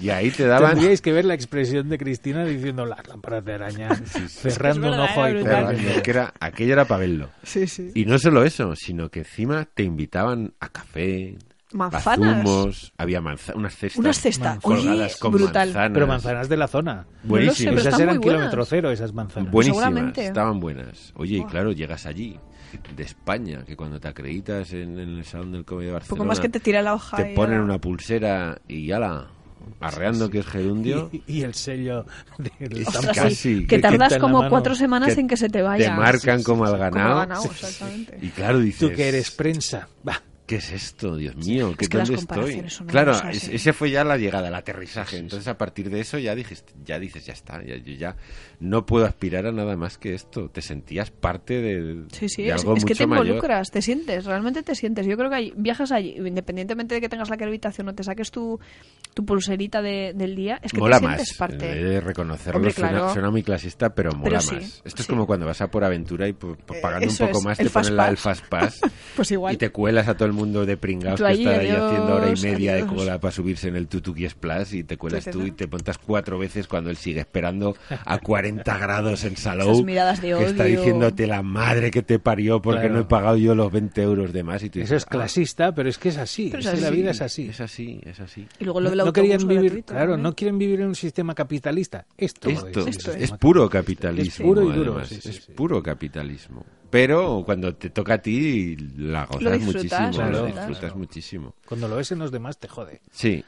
Y ahí te daban Tendríais que ver la expresión de Cristina diciendo las lámparas de araña, cerrando Es un verdad, ojo era y brutal. comiendo. que era aquello era para verlo. Sí, sí. Y no solo eso, sino que encima te invitaban a café, Manzanas. a zumos, había manza- unas cestas. Unas cestas. Oye, colgadas con brutal. manzanas. Pero manzanas de la zona. No lo sé, Buenísimas. pero esas están eran muy buenas. kilómetro cero, esas manzanas. Buenísimas, Seguramente. estaban buenas. Oye, y Buah. claro, llegas allí, de España, que cuando te acreditas en, en el Salón del Comedy de Barcelona, Poco más que te tira la hoja. te y ponen ya. una pulsera y ala, arreando que es gerundio, Y, y el sello del Ostras, Samsung. casi. sí, que Que tardas está en la como mano. cuatro semanas Que en que se te vaya. te marcan como al Como ganado. ha ganado, exactamente. Y claro, dices... Tú que eres prensa. Va. ¿Qué es esto, Dios mío? ¿Qué, Es que las ¿Dónde estoy? comparaciones son Claro, horrorosas, es- ¿eh? ese fue ya la llegada, el aterrizaje. Entonces, a partir de eso ya dijiste, ya dices, ya está, ya, yo ya no puedo aspirar a nada más que esto. Te sentías parte de, Sí, sí, de es, algo es que mucho te mayor. involucras, te sientes, realmente te sientes. Yo creo que hay- viajas allí, independientemente de que tengas la acreditación o te saques tu, tu pulserita de- del día, es que mola te más, Eh. sientes parte. he de reconocerlo, Hombre, suena- claro. suena, muy clasista, pero mola sí, más. Esto es sí. como cuando vas a por aventura y por- por Eh, pagando un eso poco es, más el te ponen la del Fastpass. fast pass Pues igual. y te cuelas a todo el mundo de pringados Tú que ahí, están ahí adiós, haciendo hora y media adiós. de cola para subirse en el Tutuki Splash y te cuelas Sí, sí, tú sí. y te pontas cuatro veces cuando él sigue esperando a 40 grados en Salou Esas miradas de que está odio. diciéndote la madre que te parió porque Claro. no he pagado yo los 20 euros de más y tú Eso dices, "Ah, es clasista, pero es que es así. Pero Es es que La así. vida es así. Es así, es así. Y luego lo No, del no autobús querían vivir, gratuito claro, también. no quieren vivir en un sistema capitalista. Esto, Esto Esto es, es. puro capitalismo. Es puro y duro, además. sí, sí, es sí. puro capitalismo. Pero cuando te toca a ti, la gozas disfrutas, muchísimo. lo lo disfrutas. disfrutas muchísimo. Cuando lo ves en los demás te jode. Sí.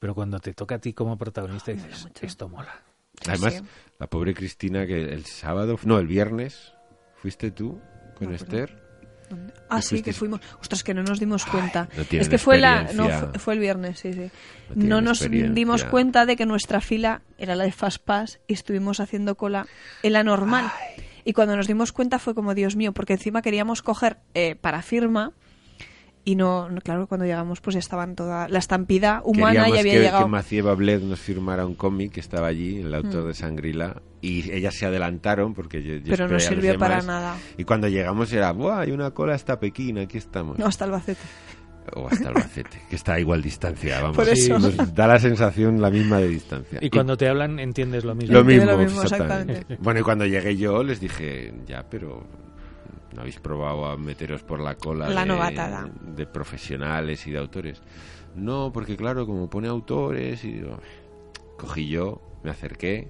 Pero cuando te toca a ti como Ah, protagonista dices, esto mola. Sí, Además, sí. la pobre Cristina que el sábado, no, el viernes, fuiste tú con No, Esther. ¿Dónde? Ah, sí, que fuisteis? fuimos. Ostras, que no nos dimos cuenta. no tienen es que fue la no, experiencia. fue, fue el viernes, sí, sí. No tienen No, nos experiencia. dimos cuenta de que nuestra fila era la de Fastpass y estuvimos haciendo cola en la normal. Y cuando nos dimos cuenta fue como, Dios mío, porque encima queríamos coger eh, para firma y no, no- claro, cuando llegamos pues ya estaban toda la estampida humana Queríamos y había que, llegado. Mm. que Macié Babled nos firmara un cómic que estaba allí, el autor de Sangrila, y ellas se adelantaron porque yo, yo Pero esperé a no los sirvió para demás. nada. Y cuando llegamos era, ¡buah! Hay una cola hasta Pekín, aquí estamos. No, hasta Albacete. o hasta Albacete, que está a igual distancia, vamos. Por eso. Sí, Nos da la sensación la misma de distancia. Y cuando te hablan entiendes lo mismo. lo mismo, Lo mismo, exactamente. exactamente. Bueno, y cuando llegué yo les dije, ya, pero no habéis probado a meteros por la cola La de, novatada. de profesionales y de autores. No, porque claro, como pone autores y digo, cogí yo, me acerqué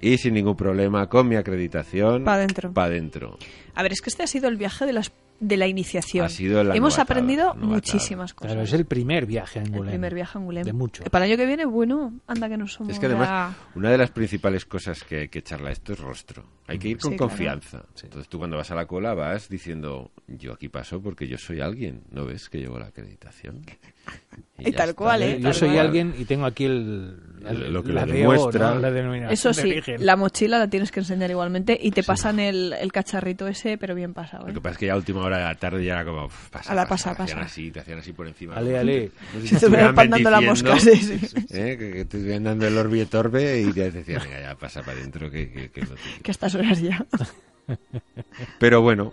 y sin ningún problema con mi acreditación Pa' dentro. pa' dentro. A ver, es que este ha sido el viaje de las de la iniciación. Ha sido la Hemos novatada, aprendido novatada. muchísimas cosas. Claro, es el primer viaje a El Angulem. primer viaje a Eh, Angulem. De mucho. Para el año que viene, bueno, anda que no somos. Es que además, ya- una de las principales cosas que, que charla esto es rostro. Hay que ir con Sí, claro. confianza. Entonces tú cuando vas a la cola vas diciendo, yo aquí paso porque yo soy alguien. ¿No ves que llevo la acreditación? Y tal cual, ¿eh? Yo Tal soy cual. alguien y tengo aquí el, Lo- lo que la lo DO, demuestra. ¿no? la denominación Eso de sí, origen. la mochila la tienes que enseñar igualmente y te pasan el, el cacharrito ese, pero bien pasado. Lo ¿eh? que pasa es que ya a última hora de la tarde y era como. "Uf, Pasa, A la pasa, Te hacían pasa. así, te hacían así por encima. Ale, ale. Como si Se te estuvieran van mandando la bendiciendo, mosca, sí, sí. ¿eh? Que, que te estuvieran dando el orbi torbe y ya te decían, venga, ya pasa para adentro. Que, que- que no te quiero". Que a estas horas ya. Pero bueno,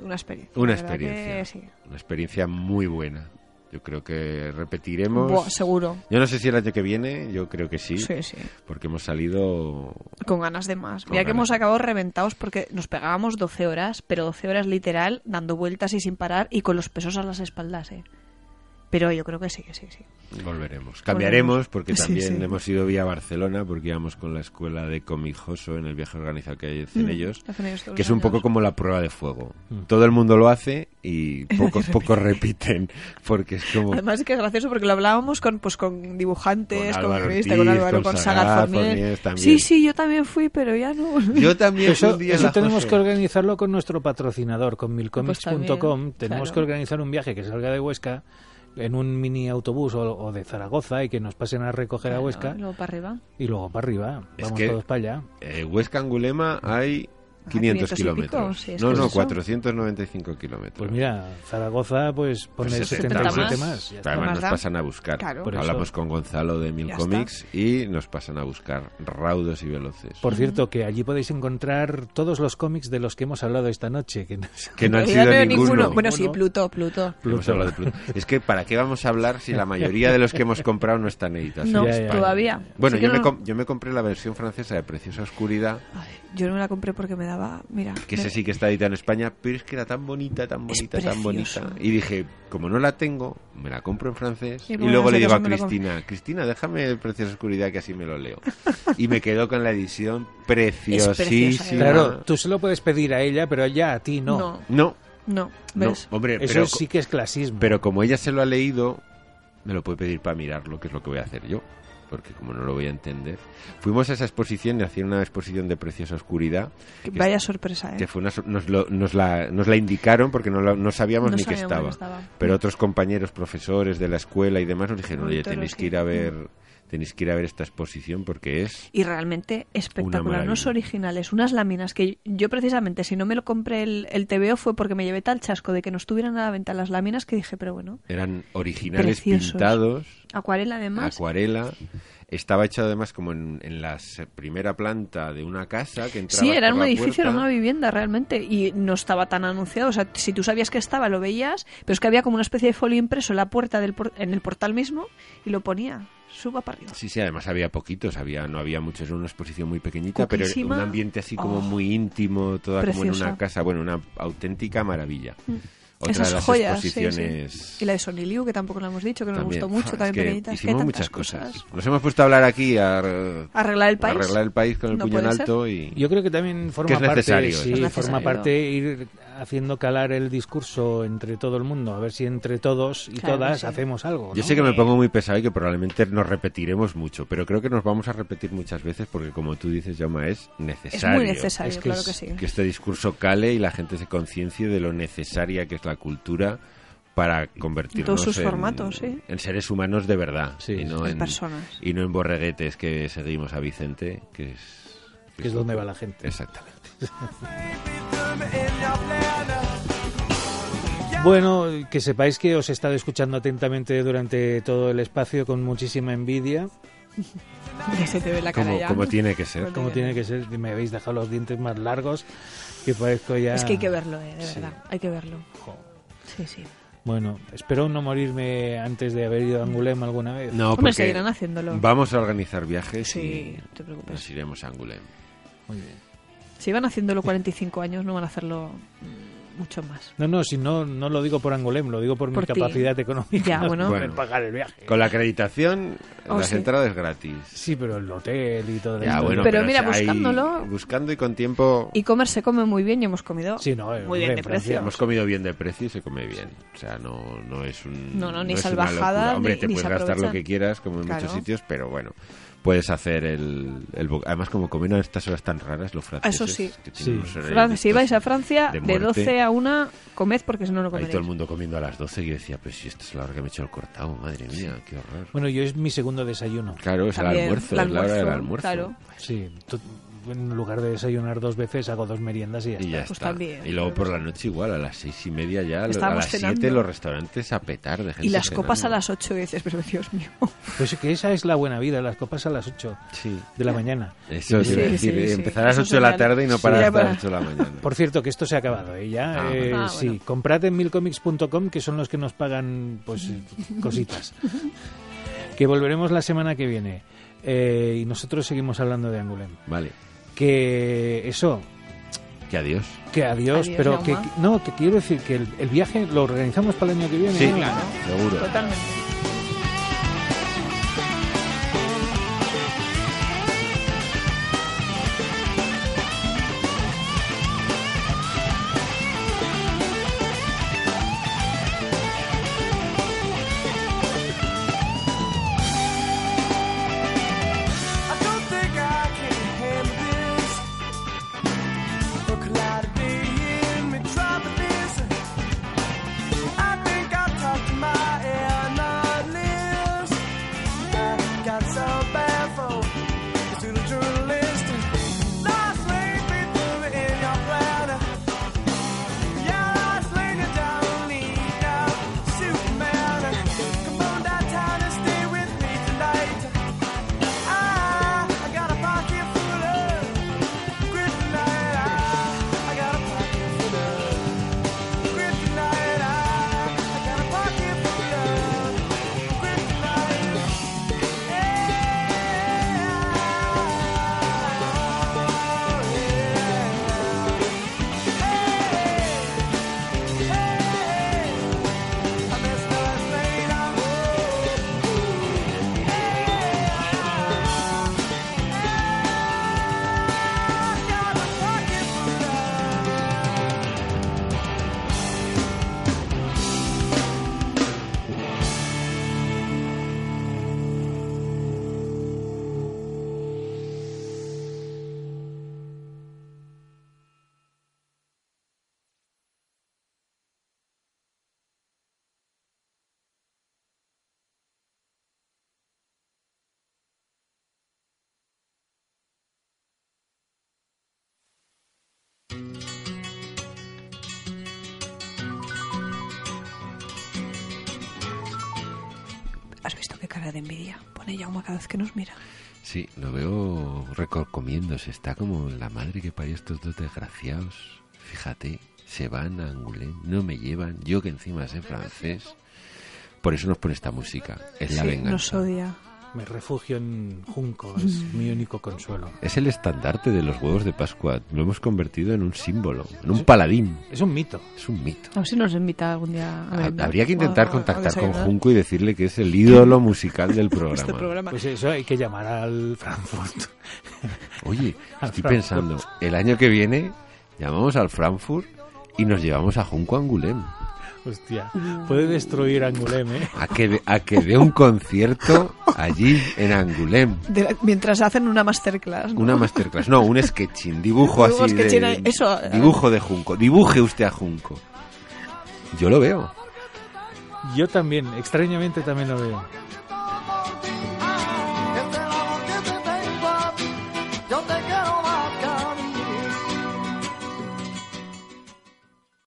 Una experiencia. una la verdad experiencia. que sí. Una experiencia muy buena. Yo creo que repetiremos. Buah, seguro. Yo no sé si el año que viene, yo creo que sí, Sí, sí. porque hemos salido Con ganas de más. Con Mira que ganas. hemos acabado reventados porque nos pegábamos 12 horas, pero 12 horas literal, dando vueltas y sin parar y con los pesos a las espaldas, ¿eh? Pero yo creo que sí, que sí, sí. Volveremos. Cambiaremos porque Sí, también sí. hemos ido vía Barcelona porque íbamos con la escuela de Comijoso en el viaje organizado que Mm, hacen ellos, hacen ellos todos que es los un poco años. como la prueba de fuego. Mm. Todo el mundo lo hace y pocos pocos repiten porque es como Además es que es gracioso porque lo hablábamos con, pues, con dibujantes, Con con, Álvaro guionista, Ortiz, con Álvaro, con con, Sagar Sagar Fournier. Fournier también. Sí, sí, yo también fui, pero ya no. yo también Eso, un día eso la tenemos José- que organizarlo con nuestro patrocinador, con milcomics.com. Pues también, tenemos claro. que organizar un viaje que salga de Huesca en un mini autobús o, o de Zaragoza y que nos pasen a recoger a "Ah, Huesca Luego para arriba. y luego para arriba. Es Vamos que- todos para allá. eh, Huesca Angulema hay 500 500 Ah, y pico, kilómetros. sí, es no, que no, es eso. 495 kilómetros. Pues mira, Zaragoza, pues Pues pone 70 77 más. más. ya Además está. Además nos da- pasan a buscar. Claro. Por Hablamos eso. con Gonzalo de Mil Ya Comics y nos pasan a buscar raudos y veloces. Por cierto, que allí podéis encontrar todos los cómics de los que hemos hablado esta noche. Que nos- Que no han Yo sido no veo ninguno. Bueno, sí, Ninguno. Pluto, Pluto. Pluto. Hemos hablado de Pluto. Es que ¿para qué vamos a hablar si la mayoría de los que hemos comprado no están editados? en No, Ya, ya. España? todavía. Bueno, Así yo, que me no- com- yo me compré la versión francesa de Preciosa Oscuridad, Ay, yo no me la compré porque me daba. Mira. que me- esa sí que está editada en España, pero es que era tan bonita, tan bonita, tan preciosa. bonita. Y dije, como no la tengo, me la compro en francés Y y, como luego no sé le digo qué a son, me la compro. Cristina, Cristina, déjame Preciosa Oscuridad que así me lo leo. Y me quedo con la edición preciosísima. Claro, tú se lo puedes pedir a ella, pero ya a ti no. No, No, no. no, ¿Ves? hombre, Eso pero, co- sí que es clasismo. Pero como ella se lo ha leído, me lo puede pedir para mirarlo, que es lo que voy a hacer yo. Porque como no lo voy a entender. Fuimos a esa exposición y hacían una exposición de Preciosa Oscuridad. Que Vaya sorpresa, ¿eh? Que fue una so- nos, lo- nos la, nos la indicaron porque no, la- no sabíamos No ni que sabíamos estaba. que estaba. Pero otros compañeros, profesores de la escuela y demás nos dijeron, oye, Todo tenéis que sí. ir a ver... Tenéis que ir a ver esta exposición porque es... Y realmente espectacular. maravilla. Unos originales, unas láminas que yo precisamente, si no me lo compré el, el TVO fue porque me llevé tal chasco de que no estuvieran a la venta las láminas que dije, pero bueno. Eran originales Preciosos. pintados. Acuarela además. acuarela. Estaba hecho además como en, en la se- primera planta de una casa que entraba Sí, era por un la edificio, era puerta. una vivienda realmente y no estaba tan anunciado. O sea, si tú sabías que estaba, lo veías, pero es que había como una especie de folio impreso en la puerta del por- en el portal mismo y lo ponía. Suba para arriba. Sí, sí, además había poquitos, había no había muchos, era una exposición muy pequeñita, pero Cuquísima. era un ambiente así como Oh. muy íntimo, toda como en Preciosa. Mm. una casa, bueno, una auténtica maravilla. Otra Esas de las joyas. sí, sí. exposiciones Y la de Soniliu, que tampoco la hemos dicho, que nos también. gustó Fua, mucho, es también que pequeñitas. que hay Hicimos tantas muchas cosas. Nos hemos puesto a hablar aquí a, eh, Arreglar el a país. arreglar el país con el No puño en puede ser. alto y Yo creo que también forma Que es necesario, parte, eso. sí, Es necesario. forma parte ir haciendo calar el discurso entre todo el mundo, a ver si entre todos y Claro, todas sí. hacemos algo. Yo ¿no? sé que me pongo muy pesado y que probablemente nos repetiremos mucho, pero creo que nos vamos a repetir muchas veces porque, como tú dices, Yoma, es Es necesario. muy necesario, Es que claro es- que sí. Que este discurso cale y la gente se conciencie de lo necesaria que es la cultura para convertirnos Todos sus en, formatos, sí. en seres humanos de verdad Sí, y, no En en, personas. y no en borreguetes que seguimos a Vicente, que es... Que es donde va la gente. Exactamente. Bueno, que sepáis que os he estado escuchando atentamente durante todo el espacio con muchísima envidia, Ya se te ve la cara Como, ya. como tiene que ser. como tiene que ser. Me habéis dejado los dientes más largos, que parezco ya... Es que hay que verlo, eh, de Sí. verdad. Hay que verlo. Jo. Sí, sí. Bueno, espero no morirme antes de haber ido a Angulema alguna vez. No, Hombre, porque seguirán haciéndolo. Vamos a organizar viajes Sí, y no te preocupes. nos iremos a Angulem. Muy bien. Si van haciéndolo 45 años, no van a hacerlo mm, mucho más. No, no, si no, no lo digo por Angulem, lo digo por, Por mi ti. capacidad económica. Ya, bueno. Bueno. pagar el viaje. Con la acreditación, Oh, las sí. entradas gratis. Sí, pero el hotel y todo Ya, bueno, Pero mira, o sea, ahí, buscándolo- buscando y con tiempo. Y comer se come muy bien y hemos comido Sí, no, eh, muy hombre, bien de en Francia precio. Hemos comido bien de precio y se come bien. O sea, no, no es un. No, no, ni es una salvajada, locura. Hombre, ni- te ni puedes se gastar lo aprovechan. que quieras, como en Claro. muchos sitios, pero bueno. Puedes hacer el, el bo- Además, como comen a estas horas tan raras los franceses. Eso sí. Que tienen Sí. unos horarios Fran- si estos vais a Francia, de, muerte. 12 a 1, comed porque si no, no Ahí comeréis. todo el mundo comiendo a las 12 y yo decía, pues si esta es la hora que me he hecho el cortado, madre mía, qué pues, horror. Bueno, yo es mi segundo desayuno. Claro, es También, el almuerzo, el es la hora del almuerzo, almuerzo. claro. Sí, to- en lugar de desayunar dos veces, hago dos meriendas y ya Y está. ya Pues está. también. y luego por la noche igual, a las seis y media ya, lo- a Estábamos las siete cenando. los restaurantes a petar de gente Y las copas a cenando. las 8 y dices, pero Dios mío. Pues es que esa es la buena vida, las copas a las 8 Sí. de la mañana. Eso te Sí, iba a sí, decir, eh, sí. empezar a las Eso 8 de la sería- tarde y no sí, parar ya hasta para- las 8 de la mañana. Por cierto, que esto se ha acabado, ¿eh? Ya, Ah, eh, bueno. Ah, sí. bueno. Comprad en milcomics.com, que son los que nos pagan, pues, eh, cositas. que volveremos la semana que viene. Eh, y nosotros seguimos hablando de Angulem. Vale, Que eso, que adiós. que adiós, Adiós, pero que, Jaume. no, que quiero decir que el, el viaje lo organizamos para el año que viene. Sí, ¿no? seguro. Totalmente. I don't think I can handle this. A cloud of day in metropolis. I think I'll talk to my analyst. I got so bad for this little journalist. Lost lane, been through in your plan. Yeah, lost lane, you don't need no Superman. Come on downtown and stay with me tonight. Ah, I got a pocket full of kryptonite. I got a pocket full of kryptonite. I got a pocket full of kryptonite. I messed up, made I woke. Oh, ¿Has visto qué cara de envidia pone Jaume cada vez que nos mira? Sí, lo veo recomiéndose. Está como la madre que parió estos dos desgraciados. Fíjate, se van a Angoulême, no me llevan. Yo que encima sé francés. Por eso nos pone esta música. Es la Sí, venganza. nos odia. Me refugio en Junco, es Mm. mi único consuelo. Es el estandarte de los huevos de Pascua. Lo hemos convertido en un símbolo, en un paladín. Es un mito. Es un mito. A ver si nos invita algún día a Ha- merendar. Habría que O intentar a- contactar a con desayunar. Junco y decirle que es el ídolo musical del Este programa. programa. Pues eso hay que llamar al Frankfurt. Oye, Al estoy Frankfurt. pensando, el año que viene llamamos al Frankfurt y nos llevamos a Junco Angulem. Hostia, puede destruir Angulem, ¿eh? A que, de- a que dé un concierto allí en Angulem. De la- mientras hacen una masterclass. ¿no? Una masterclass, no, un sketching, dibujo Luego así. sketching de- ahí, eso, eh. dibujo de Junco, dibuje usted a Junco. Yo lo veo. Yo también, extrañamente también lo veo.